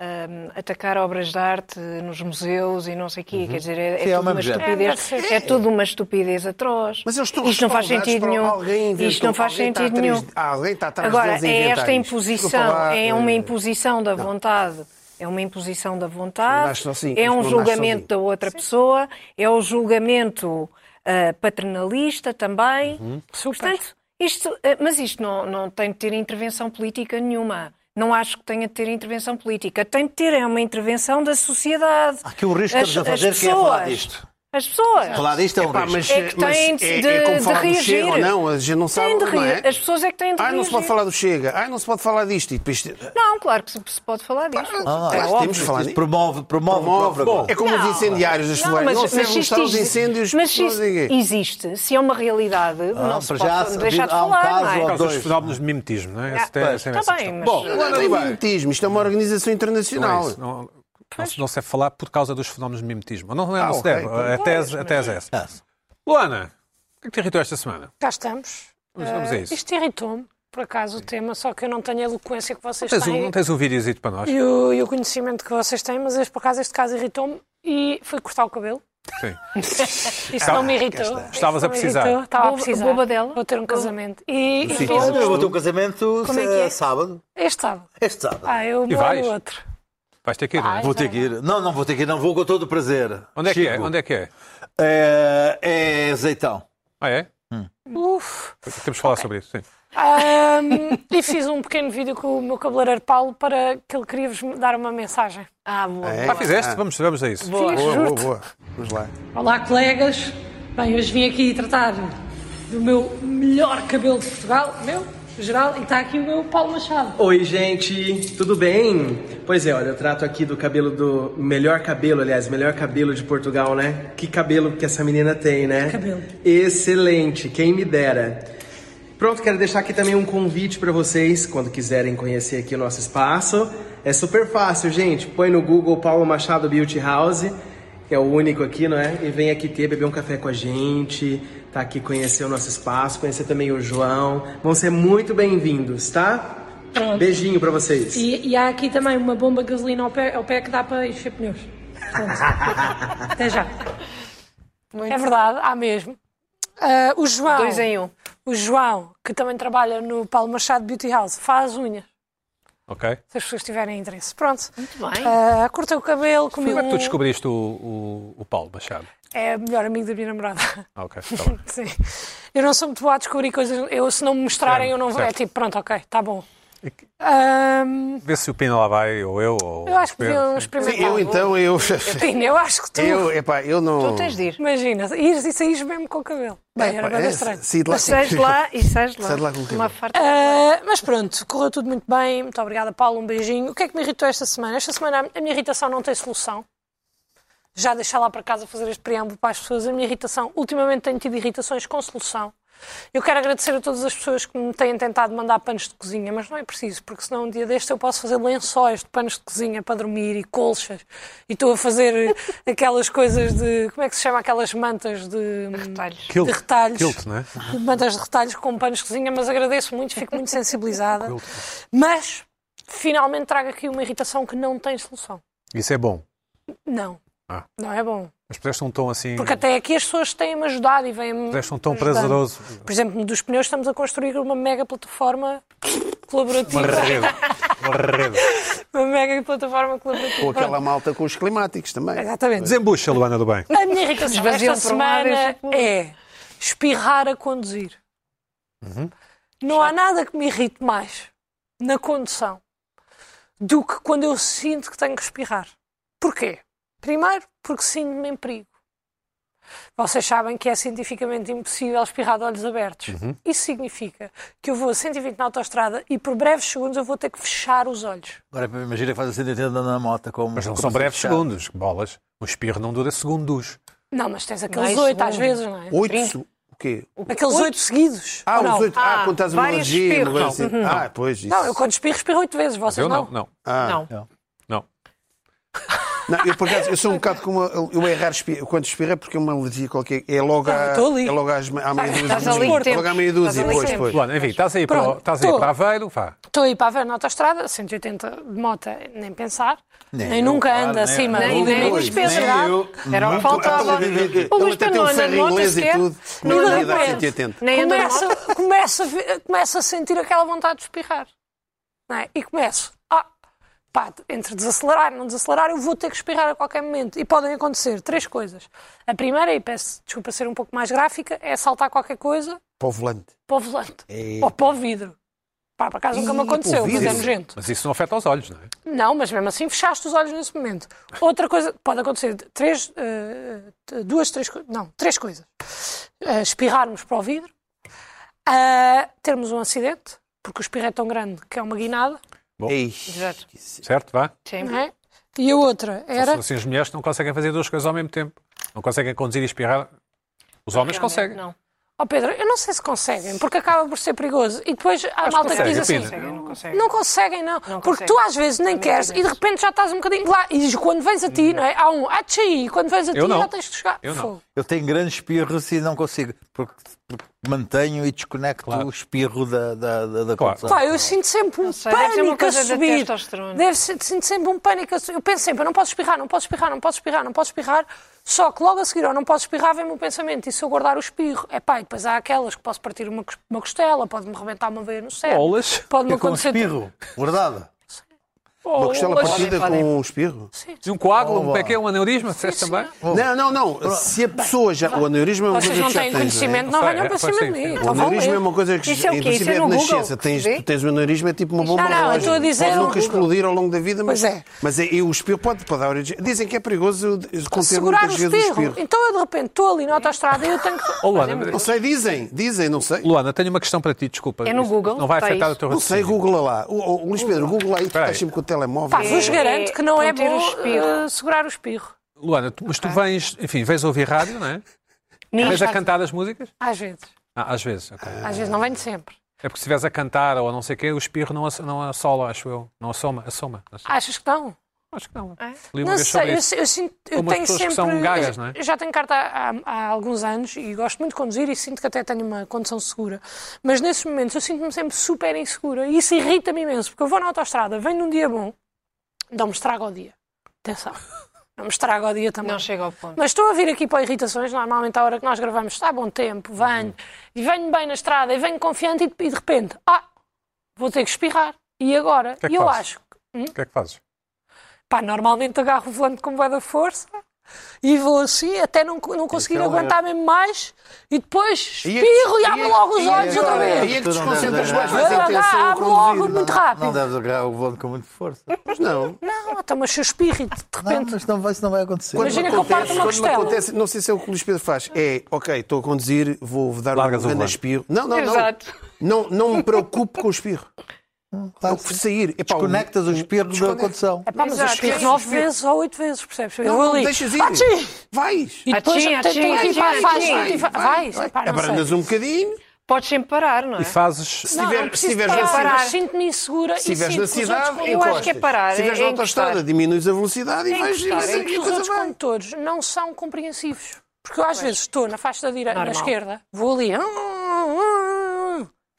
Speaker 6: a atacar obras de arte nos museus e não sei o
Speaker 1: Uhum.
Speaker 6: quê. Quer dizer, é, é
Speaker 5: Sim, é o
Speaker 6: tudo uma
Speaker 5: mesmo género.
Speaker 6: estupidez.
Speaker 4: É, deve
Speaker 6: É, tudo uma estupidez atroz.
Speaker 2: Mas eles estão
Speaker 6: Isto não faz
Speaker 2: respaldados
Speaker 6: sentido
Speaker 2: por
Speaker 6: nenhum.
Speaker 2: Alguém inventou,
Speaker 6: Isto não faz
Speaker 2: alguém está
Speaker 6: sentido
Speaker 2: atrás-
Speaker 6: nenhum.
Speaker 2: Ah, alguém está atrás
Speaker 6: Agora,
Speaker 2: deles a
Speaker 6: é
Speaker 2: inventar
Speaker 6: esta
Speaker 2: isto.
Speaker 6: imposição,
Speaker 2: Desculpa lá,
Speaker 6: é uma
Speaker 2: eh,
Speaker 6: imposição da vontade. É uma imposição da vontade,
Speaker 2: Nasce assim, isto
Speaker 6: é um
Speaker 2: não nasce assim.
Speaker 6: julgamento da outra pessoa, é o julgamento ah, paternalista também.
Speaker 2: Uhum.
Speaker 6: Portanto, isto, ah, mas isto não, não tem de ter intervenção política nenhuma. Não acho que tenha de ter intervenção política. Tem de ter é uma intervenção da sociedade.
Speaker 5: Há aqui um risco que
Speaker 6: As-
Speaker 5: estamos a
Speaker 6: as
Speaker 5: fazer, que é falar
Speaker 6: pessoas.
Speaker 5: disto.
Speaker 6: As pessoas.
Speaker 5: Falar disto é um
Speaker 2: Epá,
Speaker 5: risco.
Speaker 2: mas,
Speaker 6: É que
Speaker 2: mas
Speaker 6: têm de-
Speaker 2: é, é como
Speaker 6: de
Speaker 2: falar do Chega
Speaker 6: reagir.
Speaker 2: ou não, a gente não sabe,
Speaker 6: Têm de
Speaker 2: não é?
Speaker 6: reagir. As pessoas é que têm de
Speaker 2: Ah, não se pode
Speaker 6: reagir.
Speaker 2: falar do Chega. Ah, não se pode falar disto. E depois... eh,
Speaker 6: Não, claro que se se pode falar disto.
Speaker 5: Ah,
Speaker 2: Claro,
Speaker 5: óbvio,
Speaker 2: temos de falar
Speaker 5: isto
Speaker 2: nisso.
Speaker 5: Promove, promove, promove.
Speaker 2: Bom, é como
Speaker 6: Não.
Speaker 2: os incendiários das
Speaker 6: Não,
Speaker 2: flores. Não,
Speaker 6: mas
Speaker 2: servem
Speaker 6: se
Speaker 2: só os
Speaker 6: isto-
Speaker 2: incêndios.
Speaker 6: mas se
Speaker 2: não
Speaker 6: isto
Speaker 2: sei o quê.
Speaker 6: existe, se é uma realidade, não se
Speaker 5: para
Speaker 6: pode
Speaker 5: já se-
Speaker 6: deixar de
Speaker 5: há um
Speaker 6: falar,
Speaker 5: caso
Speaker 6: não é?
Speaker 5: ou
Speaker 1: Por causa dos
Speaker 5: dois.
Speaker 1: fenómenos de mimetismo, não é? Essa tem-
Speaker 5: pois.
Speaker 1: tem
Speaker 6: Tá
Speaker 1: essa
Speaker 6: bem,
Speaker 1: questão.
Speaker 6: mas-
Speaker 1: Bom,
Speaker 2: Não, não é mimetismo, isto é uma organização
Speaker 1: não é
Speaker 2: internacional.
Speaker 1: isso. Não, não se- não se deve falar por causa dos fenómenos de mimetismo. Não, não, é- não
Speaker 2: Ah,
Speaker 1: se
Speaker 2: ok.
Speaker 1: deve. A tese, a tese é essa.
Speaker 5: Ah,
Speaker 1: Luana, o que é que te irritou esta semana?
Speaker 4: Cá estamos.
Speaker 1: Vamos, vamos a
Speaker 4: Eh,
Speaker 1: é isso.
Speaker 4: Isto irritou-me, por acaso, o tema, só que eu não tenho a eloquência que vocês
Speaker 1: Tens um,
Speaker 4: têm.
Speaker 1: não tens um videozito para nós?
Speaker 4: e o, e o conhecimento que vocês têm, mas este, por acaso este caso irritou-me e fui cortar o cabelo.
Speaker 1: Sim.
Speaker 4: Isso não me irritou.
Speaker 1: Estavas
Speaker 4: Isso
Speaker 1: a
Speaker 4: não me
Speaker 1: precisar.
Speaker 4: irritou. Estava a
Speaker 6: Boba-
Speaker 4: precisar.
Speaker 6: boba dela?
Speaker 4: Vou ter um casamento. E, e
Speaker 2: sítio
Speaker 4: vou-
Speaker 2: onde
Speaker 5: Eu vou ter um casamento
Speaker 6: Como é que é?
Speaker 5: sábado.
Speaker 4: este sábado.
Speaker 5: Este sábado.
Speaker 4: Ah, eu
Speaker 1: E
Speaker 4: vou
Speaker 1: vais?
Speaker 4: no outro.
Speaker 1: Vais ter que ir, não é?
Speaker 4: Ai.
Speaker 5: Vou ter que ir. Não, não vou ter que ir, não. Vou com todo o prazer.
Speaker 1: Onde é que é?
Speaker 5: Chico.
Speaker 1: Onde é que é?
Speaker 5: É, é Zeitão.
Speaker 1: Ah, é?
Speaker 4: Uf.
Speaker 1: Temos de falar sobre isso, sim.
Speaker 4: Ahm, e fiz um pequeno vídeo com o meu cabeleireiro Paulo para que ele queria vos dar uma mensagem.
Speaker 6: Ah, boa.
Speaker 2: É?
Speaker 1: Ah, fizeste? Vamos, vamos a isso.
Speaker 4: Fiz,
Speaker 2: Boa, boa,
Speaker 4: juro-te.
Speaker 2: boa. Vamos lá.
Speaker 4: Olá, colegas. Bem, hoje vim aqui tratar do meu melhor cabelo de Portugal, meu, geral, e está aqui o meu Paulo Machado.
Speaker 7: Oi, gente, tudo bem? Pois é, olha, eu trato aqui do cabelo do melhor cabelo, aliás, melhor cabelo de Portugal, né? Que cabelo que essa menina tem, né?
Speaker 4: cabelo.
Speaker 7: Excelente, quem me dera. Pronto, quero deixar aqui também um convite para vocês, quando quiserem conhecer aqui o nosso espaço. É super fácil, gente. Põe no Google Paulo Machado Beauty House, que é o único aqui, não é? E vem aqui ter, beber um café com a gente, tá aqui conhecer o nosso espaço, conhecer também o João. Vão ser muito bem-vindos, tá?
Speaker 4: Pronto.
Speaker 7: Beijinho para vocês.
Speaker 4: E, e há aqui também uma bomba de gasolina ao pé, ao pé que dá para encher pneus. Pronto. Até já. É verdade, há mesmo. Ah, o João,
Speaker 6: Dois em um.
Speaker 4: o João, que também trabalha no Paulo Machado Beauty House, faz unhas,
Speaker 1: Ok?
Speaker 4: se as pessoas tiverem interesse. Pronto.
Speaker 6: Muito bem.
Speaker 4: Ah, cortei o cabelo, comi
Speaker 1: Como é que tu
Speaker 4: um...
Speaker 1: descobriste o, o, o Paulo Machado?
Speaker 4: É o melhor amigo da minha namorada.
Speaker 1: Ah, ok. Tá bem.
Speaker 4: Sim. Eu não sou muito boa a descobrir coisas. Eu, se não me mostrarem,
Speaker 1: Certo,
Speaker 4: eu não vou. É
Speaker 1: certo.
Speaker 4: tipo, pronto, ok, está bom.
Speaker 1: E que-
Speaker 4: Ahm,
Speaker 1: Vê se o Pina lá vai, ou eu, ou.
Speaker 4: eu acho que
Speaker 1: Pedro,
Speaker 4: deviam
Speaker 1: sim.
Speaker 5: é
Speaker 4: experimentar.
Speaker 2: Sim, eu então, eu.
Speaker 6: É
Speaker 4: Pina, eu acho que tu.
Speaker 2: Eu, epá, eu não.
Speaker 6: Tu tens de ir.
Speaker 4: Imagina, ires e saís mesmo com o cabelo. Bem, era
Speaker 2: Epá,
Speaker 4: bem
Speaker 2: é,
Speaker 4: estranho.
Speaker 2: saí de lá-
Speaker 6: Sais lá e sais lá.
Speaker 2: Sai de lá com o cabelo.
Speaker 6: Uma farta.
Speaker 4: Ah, mas pronto, correu tudo muito bem. Muito obrigada, Paulo. Um beijinho. O que é que me irritou esta semana? Esta semana a minha irritação não tem solução. Já deixar lá para casa fazer este preâmbulo para as pessoas. A minha irritação, ultimamente tenho tido irritações com solução. Eu quero agradecer a todas as pessoas que me têm tentado mandar panos de cozinha, mas não é preciso, porque senão um dia deste eu posso fazer lençóis de panos de cozinha para dormir e colchas. E estou a fazer aquelas coisas de. Como é que se chama? Aquelas mantas de. hum,
Speaker 6: Retalhos.
Speaker 1: Kilt.
Speaker 4: de retalhos
Speaker 1: Kilt, não é?
Speaker 4: mandas de retalhos com panos de cozinha, mas agradeço muito, fico muito sensibilizada. Mas, finalmente trago aqui uma irritação que não tem solução.
Speaker 1: Isso é bom.
Speaker 4: Não.
Speaker 1: Ah.
Speaker 4: Não é bom.
Speaker 1: Mas puseste um tom assim.
Speaker 4: Porque até aqui as pessoas têm-me ajudado e vêm-me.
Speaker 1: Puseste um tom
Speaker 4: ajudando.
Speaker 1: prazeroso.
Speaker 4: Por exemplo, dos pneus estamos a construir uma mega plataforma
Speaker 1: Uma
Speaker 4: colaborativa.
Speaker 1: rede. Uma rede.
Speaker 4: Uma mega plataforma colaborativa.
Speaker 2: Com aquela malta com os climáticos também.
Speaker 4: Exatamente.
Speaker 1: Desembucha, Luana do Bem.
Speaker 4: A minha irritação
Speaker 6: Esvaziam
Speaker 4: esta
Speaker 6: para um lado e
Speaker 4: semana
Speaker 2: assim,
Speaker 6: deixam para o outro.
Speaker 4: é espirrar a conduzir.
Speaker 2: Uhum.
Speaker 4: Não há nada que me irrite mais na condução do que quando eu sinto que tenho que espirrar. Porquê? Primeiro, porque sinto-me em perigo. Vocês sabem que é cientificamente impossível espirrar de olhos abertos.
Speaker 2: Uhum.
Speaker 4: Isso significa que eu vou a 120 na autoestrada e por breves segundos eu vou ter que fechar os olhos.
Speaker 5: Agora imagina que faz assim a 180 na moto como.
Speaker 1: Mas não
Speaker 5: como
Speaker 1: são
Speaker 5: se
Speaker 1: breves
Speaker 5: fechava.
Speaker 1: segundos. Bolas. Um espirro não dura segundos.
Speaker 4: Não, mas tens aqueles
Speaker 6: Mais
Speaker 4: oito às
Speaker 6: segundos.
Speaker 4: vezes, não é?
Speaker 2: um. Oito. su- O quê?
Speaker 4: Aqueles oito seguidos.
Speaker 2: Ah,
Speaker 4: ou não?
Speaker 2: os oito. Ah,
Speaker 6: Ah,
Speaker 2: quando estás uma
Speaker 6: vários
Speaker 2: alergia. uma
Speaker 6: espirros.
Speaker 2: coisa assim. Ah, pois isso.
Speaker 4: Uhum. Não, eu quando espirro, espirro oito vezes, vocês
Speaker 1: Eu
Speaker 4: não.
Speaker 1: não, não.
Speaker 2: Ah.
Speaker 6: Não.
Speaker 1: Não.
Speaker 2: Não, eu, por acaso, eu sou um bocado como. Eu eu errar espi- quando espirro é porque é uma alergia qualquer. É logo,
Speaker 4: Ah,
Speaker 2: à-
Speaker 4: estou ali.
Speaker 2: é logo às, à meia dúzia.
Speaker 6: Estás ali
Speaker 2: É logo
Speaker 6: tempos.
Speaker 2: à meia dúzia.
Speaker 6: Estás ali
Speaker 2: Pois,
Speaker 6: tempos.
Speaker 2: pois.
Speaker 1: Luana, enfim, estás aí para, o-
Speaker 4: Pronto,
Speaker 1: estás aí
Speaker 4: tô.
Speaker 1: para Aveiro, vá.
Speaker 4: Estou a ir para a ver na autostrada, 180 de moto, nem pensar. Nem,
Speaker 5: eu,
Speaker 4: nunca
Speaker 5: claro,
Speaker 4: anda
Speaker 5: nem-
Speaker 4: acima
Speaker 6: Nem,
Speaker 4: do
Speaker 6: nem
Speaker 4: limite
Speaker 6: Luís
Speaker 4: de
Speaker 6: Pedro.
Speaker 4: velocidade.
Speaker 6: Era o que faltava.
Speaker 2: Ele
Speaker 6: O Luís
Speaker 2: até
Speaker 6: Pedro
Speaker 2: tem um
Speaker 6: não anda
Speaker 2: ferro
Speaker 6: de moto
Speaker 2: inglês e
Speaker 6: sequer.
Speaker 2: tudo.
Speaker 4: Não
Speaker 2: Mas
Speaker 4: dá
Speaker 2: na idade
Speaker 4: para
Speaker 2: de
Speaker 4: ele.
Speaker 2: 180.
Speaker 6: Nem anda de moto.
Speaker 4: Começa, começa, a ver- começa a sentir aquela vontade de espirrar. não é? E começo. Ah, pá, entre desacelerar e não desacelerar, eu vou ter que espirrar a qualquer momento. E podem acontecer três coisas. A primeira, e peço desculpa ser um pouco mais gráfica, é saltar qualquer coisa
Speaker 2: Para o volante.
Speaker 4: para o volante ou para o vidro. Pá, por acaso nunca me
Speaker 2: Ih, para o
Speaker 4: aconteceu, mas é
Speaker 2: vidro.
Speaker 4: nojento.
Speaker 1: Mas isso não afeta os olhos, não é?
Speaker 4: Não, mas mesmo assim fechaste os olhos nesse momento. Outra coisa, pode acontecer três, eh, t- duas, três, co- não, três coisas. Eh, espirrarmos para o vidro, eh, termos um acidente, porque o espirro é tão grande que é uma guinada,
Speaker 2: Ei.
Speaker 6: Exato.
Speaker 1: Certo, vá?
Speaker 6: Sim.
Speaker 4: não é? E a outra
Speaker 1: Só
Speaker 4: era,
Speaker 1: se- se as mulheres não conseguem fazer duas coisas ao mesmo tempo. Não conseguem conduzir e espirrar. Os homens conseguem.
Speaker 6: Não.
Speaker 4: ó "Oh, Pedro, eu não sei se conseguem, porque acaba por ser perigoso. E depois há malta que
Speaker 1: conseguem,
Speaker 4: diz assim,
Speaker 1: Pina.
Speaker 6: Não consegue.
Speaker 4: Não conseguem, não. Porque tu
Speaker 6: conseguem.
Speaker 4: às vezes nem queres e de repente já estás um bocadinho lá. E quando vens a ti, não é? Há um, atcha aí, quando vens a ti
Speaker 1: Eu não.
Speaker 4: já tens de chegar.
Speaker 1: Eu não.
Speaker 4: Fogo.
Speaker 5: Eu tenho grandes espirros e não consigo. Porque, porque mantenho e desconecto
Speaker 1: Claro.
Speaker 5: o espirro da, da, da, da
Speaker 1: Claro.
Speaker 5: condução.
Speaker 4: Pá, eu sinto sempre um
Speaker 6: sei, deve ser uma
Speaker 4: pânico a
Speaker 6: coisa da
Speaker 4: subir.
Speaker 6: testosterona.
Speaker 4: Deve ser, sinto sempre um pânico a subir. Eu penso sempre, eu não posso espirrar, não posso espirrar, não posso espirrar, não posso espirrar. Só que logo a seguir, ou não posso espirrar, vem-me o pensamento. E se eu guardar o espirro? É pá, e depois há aquelas que posso partir uma, cos- uma costela, pode-me rebentar uma veia no cérebro.
Speaker 1: Olas.
Speaker 4: Pode-me
Speaker 5: Eu com
Speaker 4: acontecer.
Speaker 5: É espirro, guardada.
Speaker 2: Uma costela partida
Speaker 6: Podem, podem.
Speaker 2: com um espirro?
Speaker 1: Um coágulo, um
Speaker 5: Olá.
Speaker 1: pé que é um aneurisma, disseste também?
Speaker 2: Não, não, não. Se a pessoa já. O aneurisma é uma coisa
Speaker 4: Vocês não
Speaker 2: que já
Speaker 4: têm
Speaker 2: tens,
Speaker 4: conhecimento,
Speaker 2: é?
Speaker 1: Não
Speaker 4: não
Speaker 1: sei,
Speaker 4: venham para
Speaker 1: é,
Speaker 4: cima de
Speaker 1: pois sim,
Speaker 4: mim.
Speaker 1: sim.
Speaker 4: Então
Speaker 2: O
Speaker 4: vão ler.
Speaker 2: aneurisma é uma coisa que
Speaker 6: Isso é o quê?
Speaker 2: em princípio
Speaker 6: Isso é
Speaker 2: é de
Speaker 6: no Google?
Speaker 2: nascença. Tens,
Speaker 6: Vê?
Speaker 2: tu tens o aneurisma é tipo uma bomba
Speaker 4: Não, não, eu
Speaker 2: relógio.
Speaker 4: estou a dizer
Speaker 2: Pode
Speaker 4: no
Speaker 2: nunca
Speaker 4: Google.
Speaker 2: explodir ao longo da vida, mas,
Speaker 4: Pois é.
Speaker 2: mas é, e o espirro pode, pode dar origem. Dizem que é perigoso conter
Speaker 4: segurar o
Speaker 2: muitas vezes o
Speaker 4: espirro.
Speaker 2: espirro.
Speaker 4: Então eu de repente estou ali na autostrada e eu tenho que.
Speaker 1: Ô, Luana,
Speaker 2: Não sei, dizem, dizem, não sei.
Speaker 1: Luana, tenho uma questão para ti, desculpa.
Speaker 6: É no
Speaker 1: Isto
Speaker 6: Google,
Speaker 1: Não vai
Speaker 6: está
Speaker 1: afetar
Speaker 6: isso.
Speaker 1: o teu
Speaker 2: Não sei,
Speaker 1: raciocínio.
Speaker 2: Google lá. O, o, o Luís Pedro, Google aí, tu
Speaker 1: Espera aí.
Speaker 2: estás sempre com o telemóvel.
Speaker 4: Pá, vos garanto que não é,
Speaker 6: conter o
Speaker 4: bom
Speaker 6: espirro.
Speaker 4: eh, segurar o espirro.
Speaker 1: Luana, tu-
Speaker 6: Tá.
Speaker 1: mas tu vens, enfim, vens ouvir rádio, não é? Vens a cantar as músicas?
Speaker 4: Às vezes.
Speaker 1: Ah, às vezes, ok.
Speaker 4: Às vezes não venho sempre.
Speaker 1: É porque se estiveres a cantar ou a não sei o quê, o espirro não, ass- não assola, acho eu. Não assoma, assoma. Não sei.
Speaker 4: Achas que não?
Speaker 1: Acho que não.
Speaker 6: É?
Speaker 1: Li uma
Speaker 4: Não
Speaker 1: vez sobre
Speaker 4: sei, eu,
Speaker 1: isso.
Speaker 4: eu sinto. Eu
Speaker 1: Como as
Speaker 4: tenho
Speaker 1: pessoas
Speaker 4: sempre.
Speaker 1: que são gagas, não é?
Speaker 4: Eu já tenho carta há, há alguns anos e gosto muito de conduzir e sinto que até tenho uma condição segura. Mas nesses momentos eu sinto-me sempre super insegura e isso irrita-me imenso, porque eu vou na autostrada, venho num dia bom, não me estrago ao dia. Atenção. Não me estrago ao dia também.
Speaker 6: Não chega ao ponto.
Speaker 4: Mas estou a vir aqui para o irritações, normalmente à hora que nós gravamos está bom tempo,
Speaker 1: Uhum.
Speaker 4: venho, e venho bem na estrada, e venho confiante, e de, e de repente, ah, vou ter que espirrar. E agora?
Speaker 1: que é que
Speaker 4: E eu
Speaker 1: fazes?
Speaker 4: acho, que,
Speaker 1: O que é que fazes?
Speaker 4: pá, normalmente agarro o volante com bué da força, E vou assim até não, não conseguir
Speaker 2: Então,
Speaker 4: aguentar mesmo mais e depois
Speaker 2: E é-
Speaker 4: espirro e, abro logo os
Speaker 2: e é-
Speaker 4: olhos outra
Speaker 2: e é-
Speaker 4: vez.
Speaker 2: E é que
Speaker 5: Tu não deves
Speaker 2: desconcentras mais,
Speaker 5: agarrar.
Speaker 2: vais
Speaker 4: Vai lá,
Speaker 2: intenção a
Speaker 4: abre
Speaker 2: conduzir.
Speaker 4: logo. Muito
Speaker 5: Não-
Speaker 4: rápido.
Speaker 5: Não deves agarrar o volante com muita força.
Speaker 2: Mas não.
Speaker 4: Não, então, mas se eu espirro e de de
Speaker 5: Não,
Speaker 4: repente.
Speaker 5: mas não vai, isso não vai acontecer.
Speaker 2: Quando
Speaker 4: Imagina
Speaker 2: me
Speaker 4: que eu parto uma
Speaker 2: quando me
Speaker 4: costela.
Speaker 2: acontece- não sei se é o que o Luís Pedro faz. É, ok, estou a conduzir, vou dar
Speaker 1: Largas o
Speaker 2: um grande
Speaker 1: volante.
Speaker 2: espirro. Não, não, não.
Speaker 6: Exato.
Speaker 2: Não, não me preocupo com o espirro. Eu vou sair. Epá, o-
Speaker 5: Desconectas tá, o espirro da
Speaker 2: Desconecta.
Speaker 5: condução.
Speaker 4: Pá, mas eu
Speaker 6: Exato,
Speaker 4: espirro
Speaker 6: é.
Speaker 4: nove vezes ou oito vezes, percebes? Eu
Speaker 2: Não,
Speaker 4: vou
Speaker 2: não,
Speaker 4: ali.
Speaker 2: deixas ir.
Speaker 4: Atchim!
Speaker 2: Vais.
Speaker 4: E depois
Speaker 6: Atchim,
Speaker 4: tenho que ir,
Speaker 6: atchim,
Speaker 4: vai,
Speaker 6: atchim,
Speaker 4: vais,
Speaker 6: atchim.
Speaker 4: vai, vais, epá, não sei. Ah,
Speaker 2: Abrandas um bocadinho.
Speaker 6: Podes sempre parar, não é?
Speaker 1: E fazes.
Speaker 2: Se tiver-
Speaker 4: não
Speaker 2: se
Speaker 4: preciso
Speaker 2: tiveres
Speaker 4: parar,
Speaker 2: na cidade-
Speaker 4: mas sinto-me insegura
Speaker 2: Se estiveres
Speaker 4: e
Speaker 2: na
Speaker 4: sinto que os outros
Speaker 2: cidade,
Speaker 4: condutores-
Speaker 6: eu acho que é parar,
Speaker 2: Se estiveres
Speaker 6: é
Speaker 2: na autostrada,
Speaker 6: encostar.
Speaker 2: diminuis a velocidade e
Speaker 6: É
Speaker 2: vais.
Speaker 6: encostar,
Speaker 2: e
Speaker 6: é
Speaker 4: que
Speaker 2: a
Speaker 4: os
Speaker 2: coisa
Speaker 4: outros
Speaker 2: vai.
Speaker 4: condutores não são compreensivos. Porque eu às vezes estou na faixa da direita, na
Speaker 6: Normal.
Speaker 4: esquerda, vou ali, "Ah,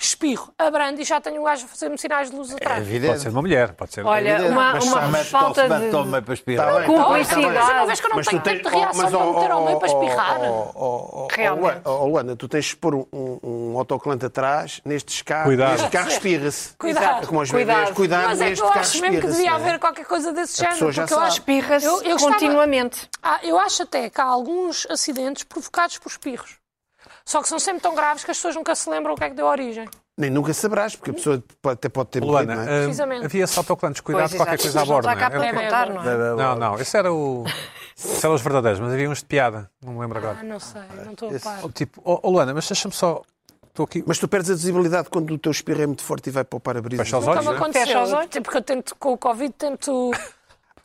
Speaker 4: espirro, abrando e já tenho o gajo a fazer-me sinais de
Speaker 2: É
Speaker 4: luz atrás.
Speaker 1: Pode ser uma mulher, pode ser.
Speaker 6: Olha, É uma,
Speaker 5: Mas
Speaker 6: uma
Speaker 5: só mete-te ao
Speaker 6: falta
Speaker 5: mete-te ao
Speaker 6: de...
Speaker 5: meio para espirrar.
Speaker 2: bem.
Speaker 4: Mas é
Speaker 6: Publicidade.
Speaker 4: uma vez que eu não
Speaker 2: Mas
Speaker 4: tenho
Speaker 2: tu tens-
Speaker 4: tempo de
Speaker 2: oh,
Speaker 4: reação
Speaker 2: mas,
Speaker 4: para
Speaker 2: oh,
Speaker 4: meter ao
Speaker 2: oh,
Speaker 4: meio para
Speaker 2: oh,
Speaker 4: espirrar.
Speaker 2: oh, oh, oh, oh,
Speaker 6: Realmente.
Speaker 2: oh, Luana, tu tens de pôr um, um- um autocolante atrás, nestes carros,
Speaker 1: Cuidado.
Speaker 2: neste carro espirra-se.
Speaker 4: Cuidado.
Speaker 2: É Como aos
Speaker 6: Cuidado.
Speaker 2: bebês, cuidado
Speaker 4: Mas é que
Speaker 2: neste
Speaker 4: eu
Speaker 2: carro
Speaker 4: acho mesmo que
Speaker 2: espirra-se,
Speaker 4: devia
Speaker 2: não é?
Speaker 4: haver qualquer coisa desse género,
Speaker 2: pessoa já
Speaker 4: porque eu
Speaker 2: sabe.
Speaker 4: acho,
Speaker 6: Espirra-se
Speaker 4: Eu- eu gostava-
Speaker 6: continuamente.
Speaker 4: ah, eu acho até que há alguns acidentes provocados por espirros. Só que são sempre tão graves que as pessoas nunca se lembram o que é que deu origem.
Speaker 2: Nem nunca saberás, porque a pessoa pode- até pode ter
Speaker 1: Luana,
Speaker 2: morrido, não é?
Speaker 1: ah,
Speaker 4: Precisamente.
Speaker 1: havia-se autocolantes, cuidado
Speaker 6: Pois,
Speaker 1: de qualquer
Speaker 6: exato.
Speaker 1: coisa a
Speaker 6: Mas não
Speaker 1: bordo.
Speaker 6: está cá
Speaker 1: não é?
Speaker 6: para contar, não é?
Speaker 1: Não, não, esse era o. Esse era os verdadeiros, mas havia uns de piada, não me lembro
Speaker 4: Ah,
Speaker 1: agora.
Speaker 4: não sei, não estou a par.
Speaker 1: Oh, Tipo, oh, oh, Luana, mas deixa-me só. Estou aqui.
Speaker 2: Mas tu perdes a visibilidade quando o teu espirro é muito forte e vai para o para-brisa.
Speaker 1: Fecha os
Speaker 4: Nunca
Speaker 1: olhos.
Speaker 4: me
Speaker 1: né?
Speaker 4: aconteceu.
Speaker 6: Fecha os olhos.
Speaker 4: Tipo, porque eu tento, com o Covid, tento...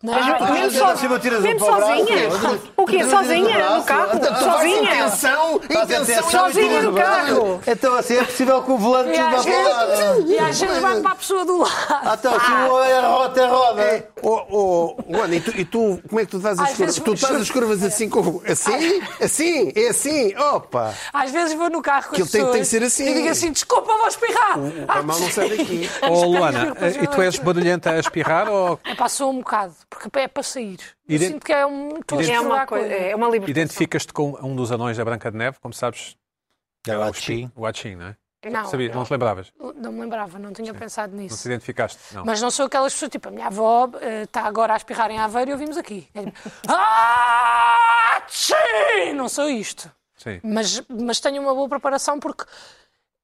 Speaker 4: Não,
Speaker 2: é?
Speaker 6: mesmo
Speaker 5: Ainda por
Speaker 6: sozinha.
Speaker 5: cima tiras um
Speaker 6: Mesmo
Speaker 5: para o braço.
Speaker 6: sozinha? O quê?
Speaker 5: Tiras um
Speaker 6: Sozinha?
Speaker 5: braço.
Speaker 6: No carro?
Speaker 5: Então, tu vais
Speaker 6: Sozinha?
Speaker 2: Intenção,
Speaker 5: Estás a
Speaker 2: intenção.
Speaker 5: atenção
Speaker 6: sozinha
Speaker 5: e tudo,
Speaker 6: no
Speaker 5: verdade?
Speaker 6: carro.
Speaker 5: Então assim é possível que o volante
Speaker 4: E
Speaker 5: vá
Speaker 4: às
Speaker 5: para o lado.
Speaker 4: vezes- e às vezes vai para a pessoa do lado.
Speaker 5: Ah, Então se o é roda, é roda.
Speaker 2: Oh, oh, Luana, e tu, e tu, como é que tu dás as
Speaker 4: Às
Speaker 2: curvas?
Speaker 4: vezes-
Speaker 2: Tu dás as curvas assim, como, assim, assim, é assim, opa.
Speaker 4: Às vezes vou no carro com
Speaker 2: Que
Speaker 4: as
Speaker 2: ele tem- tem que
Speaker 4: pessoas
Speaker 2: ser assim.
Speaker 4: E digo assim, desculpa, vou espirrar.
Speaker 6: Ah.
Speaker 4: Ah,
Speaker 2: O- a mão não sai daqui.
Speaker 1: Oh, Luana, eh, e tu és barulhenta a espirrar ou
Speaker 4: É passou um bocado, porque é para sair. Eu
Speaker 1: Ident-
Speaker 4: sinto que é um... Estou a
Speaker 6: É
Speaker 4: explorar
Speaker 6: uma, coisa, é uma liberdade.
Speaker 1: identificas-te com um dos anões da Branca de Neve? Como sabes,
Speaker 5: É
Speaker 1: o espi- o Atchim, não é?
Speaker 4: Não,
Speaker 1: Sabia, não te lembravas?
Speaker 2: é-
Speaker 4: não me lembrava, não tinha pensado
Speaker 1: Não te
Speaker 4: nisso.
Speaker 1: identificaste? Não.
Speaker 4: Mas não sou aquelas pessoas, tipo, a minha avó eh, está agora a espirrar em Aveiro e ouvimos aqui. É tipo, "Ah, tchim!" Não sou isto.
Speaker 1: Sim.
Speaker 4: Mas, mas tenho uma boa preparação porque...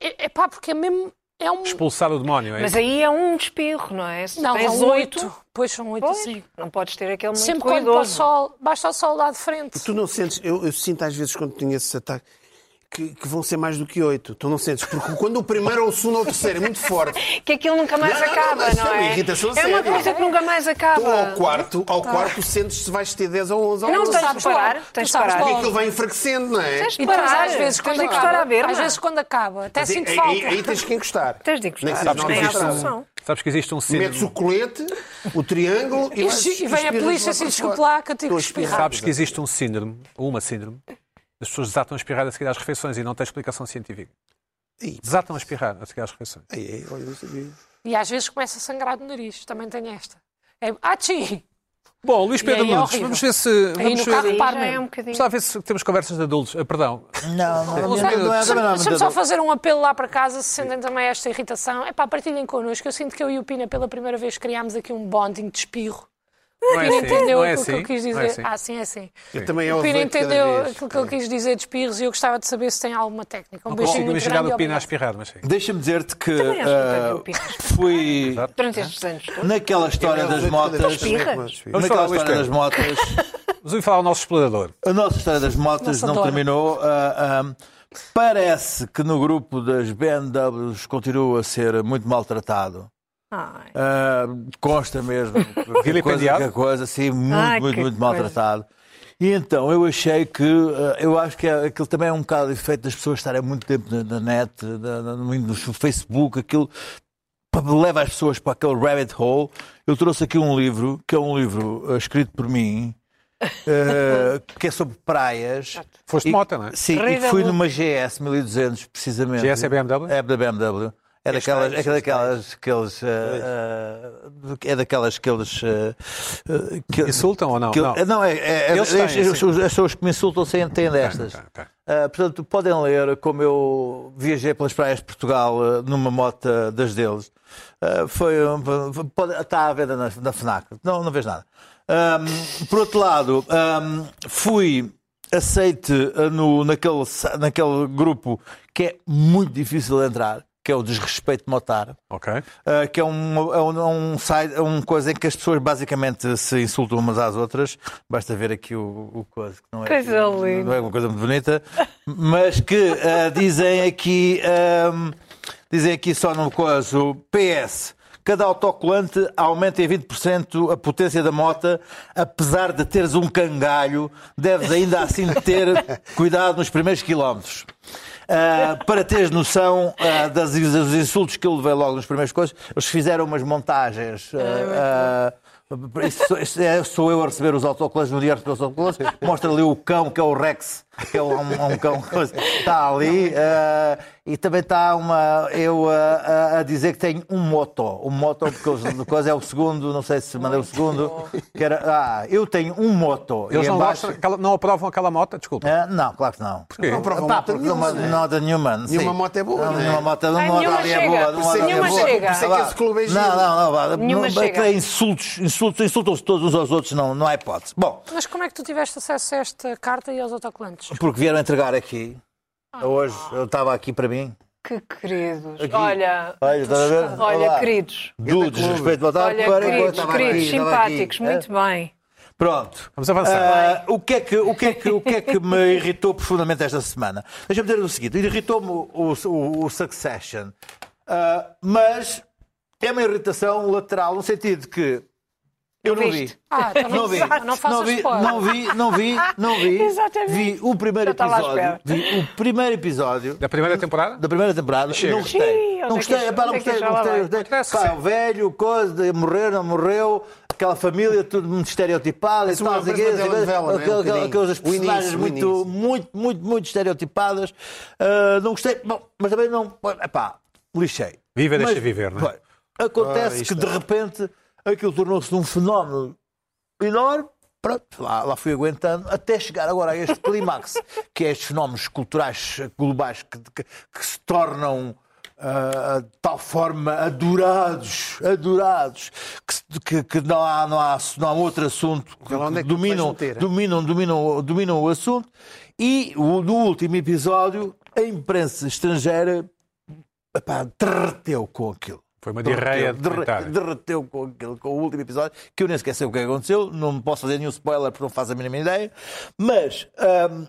Speaker 4: É, é pá, porque é mesmo... É um...
Speaker 1: Expulsar o demónio, é?
Speaker 6: Mas aí é um despirro, não é? Se
Speaker 4: Não,
Speaker 6: tens
Speaker 4: são oito.
Speaker 6: oito,
Speaker 4: Pois, são oito,
Speaker 6: pois,
Speaker 4: sim.
Speaker 6: não podes ter aquele muito
Speaker 4: Sempre quando para o
Speaker 6: cuidoso.
Speaker 4: sol, basta o sol lá de frente.
Speaker 2: Tu não sentes, eu, eu sinto às vezes quando tenho esses ataques, que, que vão ser mais do que oito. Tu não sentes, porque quando o primeiro ou o segundo ou o terceiro é muito forte,
Speaker 6: Que aquilo nunca mais
Speaker 2: Não, não, não,
Speaker 6: acaba,
Speaker 2: mas
Speaker 6: não,
Speaker 2: isso é uma
Speaker 6: é?
Speaker 2: irritação
Speaker 6: é uma
Speaker 2: séria.
Speaker 6: coisa que nunca mais
Speaker 2: tu
Speaker 6: acaba.
Speaker 2: ao quarto, ao quarto sentes se vais ter 10 ou 11 ou
Speaker 6: Tá. Não
Speaker 2: 11.
Speaker 6: tens
Speaker 4: sabes
Speaker 6: de parar,
Speaker 4: logo,
Speaker 6: tens
Speaker 4: tu
Speaker 6: de
Speaker 4: sabes
Speaker 6: parar.
Speaker 2: E
Speaker 4: logo.
Speaker 2: aquilo vai enfraquecendo, não é?
Speaker 6: Tens de
Speaker 4: E depois,
Speaker 6: parar,
Speaker 4: às vezes,
Speaker 6: tens
Speaker 4: quando
Speaker 6: de encostar à
Speaker 4: acaba,
Speaker 6: berma.
Speaker 4: às vezes quando acaba, até
Speaker 2: Aí,
Speaker 4: sinto
Speaker 2: aí,
Speaker 4: falta.
Speaker 2: aí tens que encostar.
Speaker 6: Tens de
Speaker 2: Nem que
Speaker 6: encostar.
Speaker 2: seja
Speaker 6: Não é
Speaker 2: na
Speaker 6: a
Speaker 2: autostrada.
Speaker 6: solução.
Speaker 1: Sabes que existe um síndrome.
Speaker 2: Metes o colete, o triângulo e,
Speaker 4: E,
Speaker 2: vais-
Speaker 4: e vem a
Speaker 2: espirras
Speaker 4: polícia
Speaker 2: lá
Speaker 4: assim,
Speaker 2: para
Speaker 4: desculpe
Speaker 2: fora.
Speaker 4: lá que eu tive
Speaker 2: Estou
Speaker 4: que
Speaker 2: a espirrar.
Speaker 4: espirrar.
Speaker 1: Sabes que existe um síndrome, ou uma síndrome, as pessoas desatam a espirrar a seguir às refeições e não tem explicação científica.
Speaker 2: Ih.
Speaker 1: Desatam a espirrar a seguir às refeições.
Speaker 2: Ai, ai, olha, não sabia.
Speaker 4: E às vezes começa a sangrar do nariz, também tenho esta. É, ah, tchim!
Speaker 1: Bom, Luís Pedro
Speaker 4: aí é
Speaker 1: Nunes,
Speaker 4: horrível.
Speaker 1: vamos ver se.
Speaker 4: Aí
Speaker 1: Vamos
Speaker 4: no
Speaker 1: ver,
Speaker 4: carro
Speaker 6: Aí
Speaker 4: reparo
Speaker 6: já é um
Speaker 4: mesmo.
Speaker 6: bocadinho.
Speaker 1: vamos lá ver se temos conversas de adultos. Ah, perdão.
Speaker 5: Não, não, não, não, não é também não.
Speaker 4: Deixa-me só fazer um apelo lá para casa, se sentem também esta irritação. É pá, partilhem connosco. Eu sinto que eu e o Pina pela primeira vez criámos aqui um bonding de espirro.
Speaker 1: Não é
Speaker 4: Pina entendeu
Speaker 1: não é
Speaker 4: aquilo que
Speaker 1: assim,
Speaker 4: eu quis
Speaker 1: não
Speaker 4: dizer.
Speaker 1: é assim.
Speaker 4: Ah, sim, é assim.
Speaker 2: Eu também é
Speaker 4: O Pina
Speaker 2: ouvinte cada
Speaker 4: entendeu
Speaker 2: vez.
Speaker 4: aquilo que eu quis dizer de espirros e eu gostava de saber se tem alguma técnica. Um
Speaker 1: Não
Speaker 4: beijinho
Speaker 1: consigo
Speaker 4: muito
Speaker 1: imaginar
Speaker 4: grande.
Speaker 1: o Pina a
Speaker 4: obrigada.
Speaker 1: espirrar, mas sim.
Speaker 5: Deixa-me dizer-te que
Speaker 6: Também acho que nunca vi
Speaker 5: ah,
Speaker 6: o pirras.
Speaker 5: fui
Speaker 6: Durante estes anos todos.
Speaker 5: naquela história das motas.
Speaker 6: espirras.
Speaker 1: Vamos falar
Speaker 5: Naquela
Speaker 1: do Luís
Speaker 5: história das
Speaker 1: Pedro.
Speaker 5: motas.
Speaker 1: Vamos ouvir falar ao nosso explorador.
Speaker 5: A nossa história das motas
Speaker 4: Nossa
Speaker 5: não
Speaker 4: dona.
Speaker 5: terminou. Ah, ah, parece que no grupo das BMWs continua a ser muito maltratado.
Speaker 6: Ai.
Speaker 5: Ah, consta mesmo.
Speaker 1: Vilipendiado?
Speaker 5: Coisa, que coisa assim, muito,
Speaker 6: Ai,
Speaker 5: muito,
Speaker 6: que
Speaker 5: muito
Speaker 6: coisa.
Speaker 5: maltratado. E então eu achei que, ah, eu acho que é- aquilo também é um bocado efeito das pessoas estarem muito tempo na, na net, na- na- no, no Facebook, aquilo pá, leva as pessoas para aquele rabbit hole. Eu trouxe aqui um livro, que é um livro ah, escrito por mim, ah, que é sobre praias.
Speaker 1: Foste
Speaker 5: E-
Speaker 1: moto, não é?
Speaker 5: Sim, e
Speaker 6: Rei
Speaker 5: que
Speaker 6: da
Speaker 5: fui
Speaker 6: luta.
Speaker 5: numa GS 1200, precisamente.
Speaker 1: GS é BMW?
Speaker 5: É da BMW. É daquelas, é
Speaker 2: tais,
Speaker 5: daquelas, que eles, ah, ah, é daquelas que eles... ah, ah, que-
Speaker 1: Insultam ou não?
Speaker 5: que-
Speaker 1: Não.
Speaker 5: não, é, é- é-
Speaker 1: Eles têm,
Speaker 5: as- as-
Speaker 1: sim. Tá,
Speaker 5: as pessoas que me insultam sem têm destas.
Speaker 1: Ok, ok.
Speaker 5: Ah, portanto, podem ler como eu viajei pelas praias de Portugal ah, numa moto das deles. Ah, foi, um- foi- pode- está à venda na, na FNAC. Não, não vês nada. Ahm, por outro lado, ahm, fui aceite ah, no, naquele, sa- naquele grupo que é muito difícil entrar, que é o Desrespeito Motar.
Speaker 1: Ok.
Speaker 5: Uh, que é um, é um, é um site, é um coisa em que as pessoas basicamente se insultam umas às outras. Basta ver aqui o, o coisa, que não é,
Speaker 6: Coisa
Speaker 5: não
Speaker 6: linda.
Speaker 5: é uma coisa muito bonita, mas que uh, dizem aqui, um, dizem aqui só no coisa, PS. Cada autocolante aumenta em 20% a potência da moto, apesar de teres um cangalho, deves ainda assim ter cuidado nos primeiros quilómetros. Ah, para teres noção ah, das, dos insultos que eu levei logo nos primeiros coisas, eles fizeram umas montagens. eh,
Speaker 6: é
Speaker 5: ah, ah, isso sou- isso é- sou eu a receber os autocolantes no dia a receber os autocolantes. Mostra ali o cão, que é o Rex, que é um, um cão. coisa. Está ali. ah, e também está uma, eu ah, ah, a dizer que tenho um moto. Um moto, porque eles- no coisa é o segundo, não sei se mandei o segundo. Que era, ah, eu tenho um moto.
Speaker 1: Eles
Speaker 5: E
Speaker 1: não,
Speaker 5: embaixo-
Speaker 1: gostam, aquela- não aprovam aquela moto? Desculpa.
Speaker 5: Ah, não, claro que não.
Speaker 1: Porquê?
Speaker 2: Não aprovam
Speaker 5: Pá,
Speaker 2: moto
Speaker 5: porque
Speaker 2: nenhuma,
Speaker 5: numa-
Speaker 2: né?
Speaker 5: nada nenhuma. sim.
Speaker 2: Nenhuma moto é boa,
Speaker 5: Não,
Speaker 2: né?
Speaker 5: nenhuma moto, nenhuma
Speaker 6: nenhuma
Speaker 5: moto ali é
Speaker 6: chega.
Speaker 5: boa.
Speaker 6: Por isso é que-
Speaker 5: nenhuma
Speaker 6: Nenhuma
Speaker 5: moto é boa.
Speaker 6: chega. Por
Speaker 2: isso é que esse clube é giro.
Speaker 5: Não, não, não.
Speaker 6: Nenhuma
Speaker 5: não
Speaker 6: chega.
Speaker 5: aquele insultos, insultos, insultam-se todos uns aos outros, não, não há hipótese. Bom,
Speaker 4: Mas como é que tu tiveste acesso a esta carta e aos autocolantes?
Speaker 5: porque vieram entregar aqui.
Speaker 6: Ah.
Speaker 5: Hoje eu estava aqui para mim.
Speaker 6: Que queridos.
Speaker 5: Aqui.
Speaker 6: Olha,
Speaker 5: Olha, estás a ver? Olha
Speaker 6: olha,
Speaker 5: lá.
Speaker 6: queridos.
Speaker 5: Do desrespeito ao
Speaker 6: Olha, queridos, queridos, simpáticos, muito bem.
Speaker 5: Pronto.
Speaker 1: Vamos avançar.
Speaker 5: Ah, o, que é que, o, que é que, o que é que me irritou profundamente esta semana? Deixa-me dizer o seguinte: irritou-me o, o- o Succession, Ah, mas é uma irritação lateral, no sentido que eu não vi.
Speaker 6: Viste?
Speaker 4: Ah, então
Speaker 5: Não vi,
Speaker 4: Não faças
Speaker 5: vi,
Speaker 4: spoiler.
Speaker 5: não vi, não vi, não vi.
Speaker 6: Exatamente.
Speaker 5: Vi o primeiro
Speaker 6: Eu estava à
Speaker 5: episódio.
Speaker 6: espera.
Speaker 5: Vi o primeiro episódio
Speaker 1: Da primeira temporada?
Speaker 5: da primeira temporada.
Speaker 1: Chega.
Speaker 5: Não
Speaker 6: Ih,
Speaker 5: gostei.
Speaker 6: onde é
Speaker 5: não
Speaker 6: que
Speaker 5: gostei.
Speaker 6: isto-
Speaker 5: Epá, não
Speaker 6: onde é que
Speaker 5: gostei,
Speaker 6: isto
Speaker 5: não
Speaker 6: já lá
Speaker 5: gostei,
Speaker 6: vai?
Speaker 5: não gostei.
Speaker 1: Parece
Speaker 5: Pá,
Speaker 1: que sim.
Speaker 5: o velho, coisa, de morrer, não morreu, aquela família, tudo muito estereotipada e
Speaker 2: Parece uma-
Speaker 5: tal, não sei o quê,
Speaker 2: parece uma
Speaker 5: não sei o quê.
Speaker 2: telenovela, não é? Um
Speaker 5: Aquelas-
Speaker 2: bocadinho.
Speaker 5: aquelas
Speaker 2: O início,
Speaker 5: personagens
Speaker 2: o
Speaker 5: muito,
Speaker 2: início.
Speaker 5: muito, muito, muito estereotipadas. Ah, não gostei. Bom, mas também não. Epá, lixei.
Speaker 1: Viva,
Speaker 5: Mas,
Speaker 1: deixa viver, não é?
Speaker 5: bem,
Speaker 2: Ah,
Speaker 5: Acontece que de repente aquilo tornou-se num fenómeno enorme. Pronto, lá, lá fui aguentando até chegar agora a este clímax, que é estes fenómenos culturais globais que, que- que se tornam ah, de tal forma adorados, adorados, que, se- que- que não, há, não, há, não há outro assunto que,
Speaker 2: lá onde é que tu te
Speaker 5: dominam,
Speaker 2: vais meter, é?
Speaker 5: dominam, dominam, dominam o assunto. E o- no último episódio, a imprensa estrangeira epá, derreteu com aquilo.
Speaker 1: Foi uma diarreia de
Speaker 5: Derreteu,
Speaker 1: comentário.
Speaker 5: derreteu com, aquele- com o último episódio, que eu nem sequer sei o que aconteceu, não posso fazer nenhum spoiler porque não faço a mínima ideia, mas hum,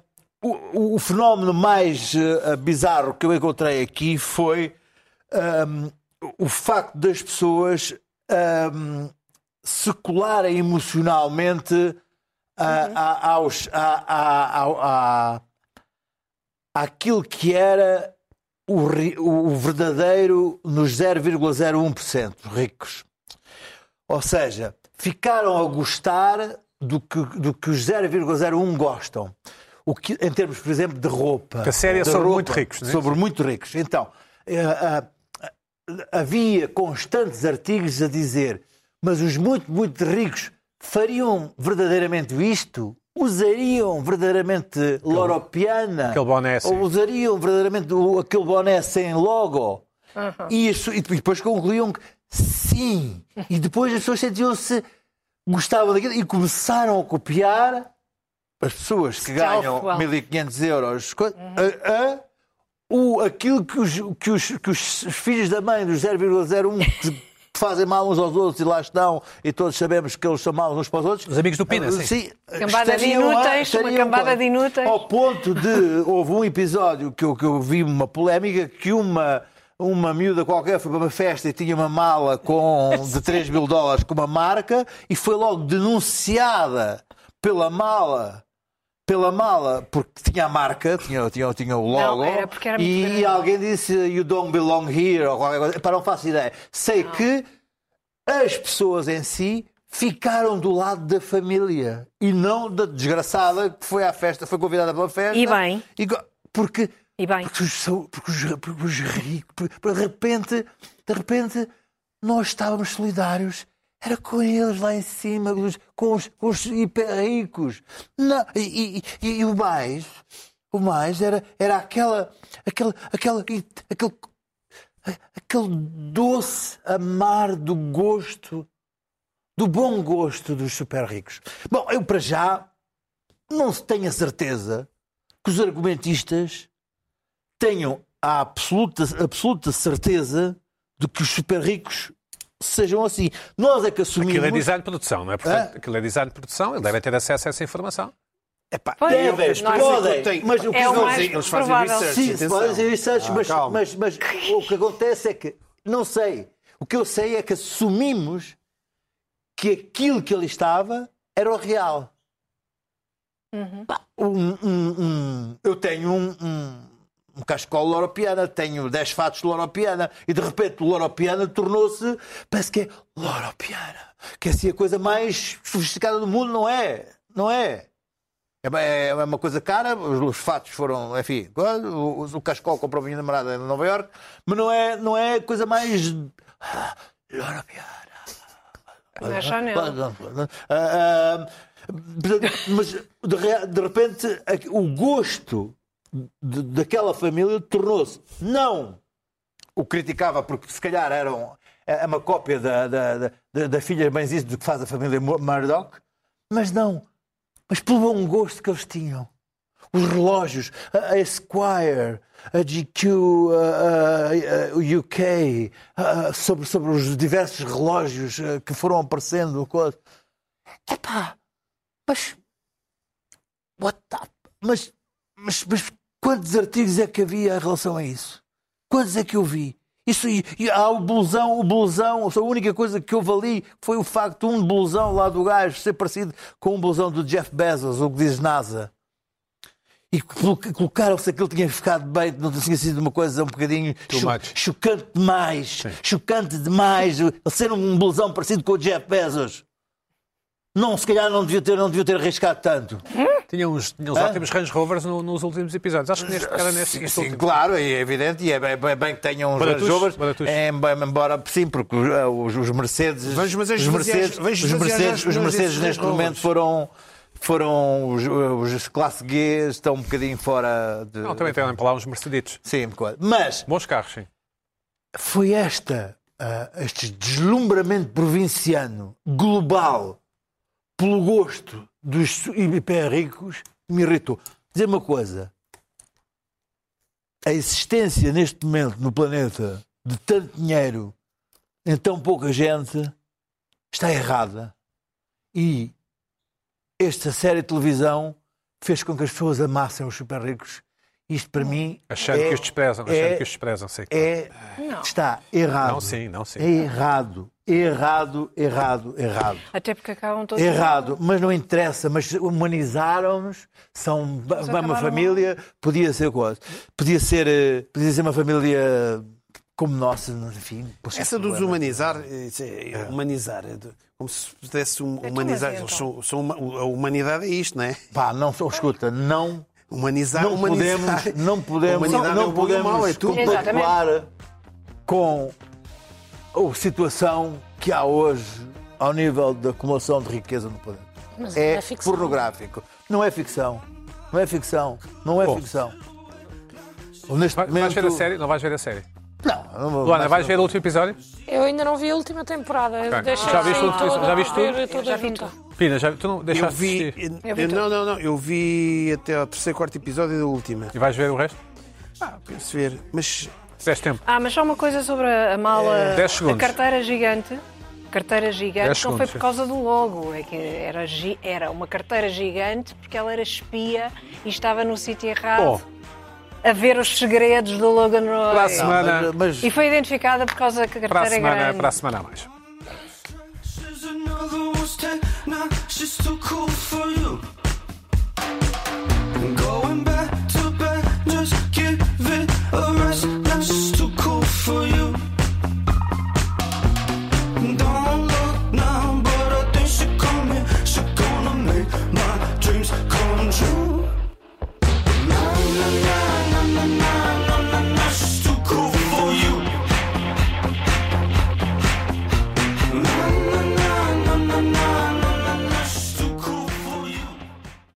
Speaker 5: o, o fenómeno mais eh, bizarro que eu encontrei aqui foi hum, o facto das pessoas hum, se colarem emocionalmente a- a- aos, a, a, ao- a- àquilo que era o, ri- o o verdadeiro nos 0,01% ricos. Ou seja, ficaram a gostar do que, do que os 0,01 gostam. O que, em termos, por exemplo, de roupa.
Speaker 1: Que a série é
Speaker 5: De
Speaker 1: sobre muito ricos, não é?
Speaker 5: Sobre muito ricos. Então, eh, ah, havia constantes artigos a dizer, mas os muito, muito ricos fariam verdadeiramente isto? Usariam verdadeiramente loropiana?
Speaker 1: aquele boné assim.
Speaker 5: Ou usariam verdadeiramente o- aquele boné sem logo? E, isso, e depois concluíam que sim. E depois as pessoas sentiam-se, gostavam daquilo e começaram a copiar as pessoas que ganham
Speaker 6: Self-wealth.
Speaker 5: 1500 euros. co- a- a- o, aquilo que os, que, os, que os filhos da mãe dos 0,01 que fazem mal uns aos outros e lá estão, e todos sabemos que eles são maus uns para os outros. Ah,
Speaker 1: Os amigos do Pina, sim.
Speaker 6: Cambada de
Speaker 5: estariam lá-
Speaker 6: inúteis, uma
Speaker 5: estariam
Speaker 6: cambada
Speaker 5: lá.
Speaker 6: de inúteis.
Speaker 5: Ao ponto de. Houve um episódio que eu, que eu vi uma polémica que uma. Uma miúda qualquer foi para uma festa e tinha uma mala com, de 3 mil dólares com uma marca e foi logo denunciada pela mala pela mala, porque tinha a marca, tinha, tinha, tinha o logo,
Speaker 6: Não, era porque era muito
Speaker 5: e
Speaker 6: grande.
Speaker 5: alguém disse You don't belong here, ou qualquer coisa. Para não faço ideia. Sei que as pessoas em si ficaram do lado da família e não da desgraçada que foi à festa, foi convidada para a festa.
Speaker 6: E bem.
Speaker 5: E go- porque,
Speaker 6: E bem.
Speaker 5: Porque, os, são- porque, os, porque os ricos, porque- porque de repente, de repente, nós estávamos solidários. Era com eles lá em cima, com os, com os, com os hiper ricos. Não, e, e- e- e o mais, o mais era, era aquela, aquela, aquela, aquele, aquele doce amar do gosto do bom gosto dos super ricos. Bom, eu para já não tenho a certeza que os argumentistas tenham a absoluta, absoluta certeza de que os super ricos sejam assim. Nós é que assumimos.
Speaker 1: Aquilo é design de produção, não é? Portanto, Aquilo é design de produção, ele deve ter acesso a essa informação.
Speaker 2: Epá,
Speaker 6: Pois,
Speaker 2: eu-
Speaker 6: Devem,
Speaker 2: eles
Speaker 6: nós-
Speaker 2: fazem-
Speaker 5: podem,
Speaker 2: têm-
Speaker 5: mas o que
Speaker 6: É o
Speaker 5: não
Speaker 6: mais
Speaker 2: eles fazem
Speaker 6: provável.
Speaker 2: research,
Speaker 5: Sim, se
Speaker 2: atenção.
Speaker 5: faz research,
Speaker 2: Ah,
Speaker 5: mas, é
Speaker 2: calma.
Speaker 5: mas, mas o que acontece é que não sei. O que eu sei é que assumimos que aquilo que ele estava era o real. Pá, um- um- um- eu tenho um, um, um cascolo loropiana, tenho 10 fatos de loropiana e de repente o loropiana tornou-se, parece que é loropiana, que é assim a coisa mais sofisticada do mundo, não é? Não é? É uma- É uma coisa cara, os os fatos foram, enfim, o, o- o Cascol comprou a minha namorada em Nova York, mas não é, não é a coisa mais. Ah, Europeana.
Speaker 6: Na Chanel.
Speaker 5: Ah, ah, portanto, Mas de, re- de repente a- o gosto de- daquela família tornou-se não o criticava porque se calhar eram é uma cópia da, da, da- da, da filha Benzice do que faz a família Mur- Murdoch, mas não, mas pelo bom gosto que eles tinham. Os relógios, a, a Esquire, a GQ, a, a- a- o UK, a- a- sobre, sobre os diversos relógios eh, que foram aparecendo. coisa. Epá, mas. What the... mas, mas, mas quantos artigos é que havia em relação a isso? Quantos é que eu vi? Isso, e, e há o blusão, o blusão, a única coisa que eu vali foi o facto de um blusão lá do gajo ser parecido com um blusão do Jeff Bezos, o que diz NASA e colo- colocaram-se aquilo tinha ficado bem, não tinha sido uma coisa um bocadinho
Speaker 1: Too
Speaker 5: cho-
Speaker 1: much.
Speaker 5: chocante demais, chocante demais, ele ser um blusão parecido com o Jeff Bezos. Não, se calhar não devia ter, não devia ter arriscado tanto.
Speaker 1: Tinha uns, tinha uns ótimos Range Rovers no- nos últimos episódios. Acho que tipo, neste, era neste,
Speaker 5: Ah, Sim,
Speaker 1: neste
Speaker 5: sim,
Speaker 1: último.
Speaker 5: claro, é evidente, e é bem, bem- bem que tenham os
Speaker 1: Baratuxo,
Speaker 5: jovens,
Speaker 1: baratuxo.
Speaker 5: embora sim, porque os, eh, os- os Mercedes,
Speaker 2: Vejo, mas
Speaker 5: os
Speaker 2: esvaziar-
Speaker 5: Mercedes,
Speaker 2: vejo
Speaker 5: os
Speaker 2: esvaziar
Speaker 5: Mercedes,
Speaker 2: as
Speaker 5: os
Speaker 2: ruas
Speaker 5: Mercedes
Speaker 2: desses
Speaker 5: neste
Speaker 2: rolos.
Speaker 5: momento foram foram os, eh, os classe G estão um bocadinho fora de
Speaker 1: Não, também tem lá uns Merceditos.
Speaker 5: Sim, claro. Mas
Speaker 1: Bons carros, sim.
Speaker 5: foi esta, ah, este deslumbramento provinciano, global, pelo gosto dos su- hiper ricos, que me irritou. Dizer uma coisa: a existência neste momento no planeta de tanto dinheiro em tão pouca gente está errada. E esta série de televisão fez com que as pessoas amassem os super ricos. Isto para mim.
Speaker 1: Achando
Speaker 5: é-
Speaker 1: que os desprezam, achando
Speaker 5: é-
Speaker 1: que os desprezam, sim.
Speaker 5: é, está errado.
Speaker 1: Não, sim, não, sim.
Speaker 5: É errado, errado, errado, errado.
Speaker 6: Até porque acabam todos.
Speaker 5: Errado, mas não interessa, mas humanizaram-nos, são ba- uma
Speaker 6: acabaram-
Speaker 5: família, podia ser coisa. Podia ser, eh, podia ser uma família como nossa, enfim. é? com
Speaker 2: Essa
Speaker 5: certos
Speaker 2: dos
Speaker 5: problemas.
Speaker 2: humanizar, eh, isso é humanizar, é do- como se pudesse hum-
Speaker 6: mas
Speaker 4: é,
Speaker 2: humanizar.
Speaker 6: e
Speaker 2: Eles
Speaker 6: então?
Speaker 2: são, são uma- a humanidade é isto, não é?
Speaker 5: Pá, não, só- escuta, não
Speaker 2: Humanizar,
Speaker 5: não
Speaker 2: humanizar.
Speaker 5: podemos, não podemos,
Speaker 2: Humanidade é
Speaker 5: não
Speaker 2: o bom e o
Speaker 5: podemos
Speaker 2: mau, é tudo.
Speaker 5: compactuar com a situação que há hoje ao nível da acumulação de riqueza no planeta.
Speaker 4: Mas
Speaker 5: é
Speaker 4: é ficção.
Speaker 5: pornográfico. Não é ficção. Não é ficção. Não é
Speaker 1: Bom.
Speaker 5: ficção. Neste
Speaker 1: Vai- Vais
Speaker 5: momento...
Speaker 1: ver a série? Não vais ver a série.
Speaker 5: Não, não vou-
Speaker 1: Luana,
Speaker 5: mas-
Speaker 1: vais ver o último episódio?
Speaker 4: Eu ainda não vi a última temporada.
Speaker 1: Ok.
Speaker 4: Deixa
Speaker 1: Já viste
Speaker 4: assim,
Speaker 1: tudo?
Speaker 4: toda,
Speaker 1: Já viste
Speaker 4: ver
Speaker 1: tudo?
Speaker 4: toda
Speaker 6: Já vi
Speaker 4: junta.
Speaker 1: Pina, já, tu não
Speaker 2: Eu
Speaker 1: deixaste de
Speaker 2: vi.
Speaker 1: assistir.
Speaker 5: É
Speaker 2: eu- não, não, não. Eu vi até ao terceiro, quarto episódio da última.
Speaker 1: E vais ver o resto?
Speaker 2: Ah, penso ver. Mas
Speaker 1: Deste tempo.
Speaker 6: Ah, mas só uma coisa sobre a a mala.
Speaker 1: É. dez
Speaker 6: a
Speaker 1: segundos.
Speaker 6: carteira gigante. Carteira gigante
Speaker 1: Dez
Speaker 6: não
Speaker 1: segundos,
Speaker 6: foi
Speaker 1: sim.
Speaker 6: por causa do logo, é que era, gi- era uma carteira gigante porque ela era espia e estava no sítio
Speaker 5: Ah,
Speaker 6: errado
Speaker 1: Bom,
Speaker 6: a ver os segredos do Logan Roy.
Speaker 1: para a semana.
Speaker 5: Mas, mas-
Speaker 6: E foi identificada por causa da carteira
Speaker 1: Para a semana,
Speaker 6: grande.
Speaker 1: para a semana a mais.
Speaker 8: She's another one's ten. Now she's too cool for you.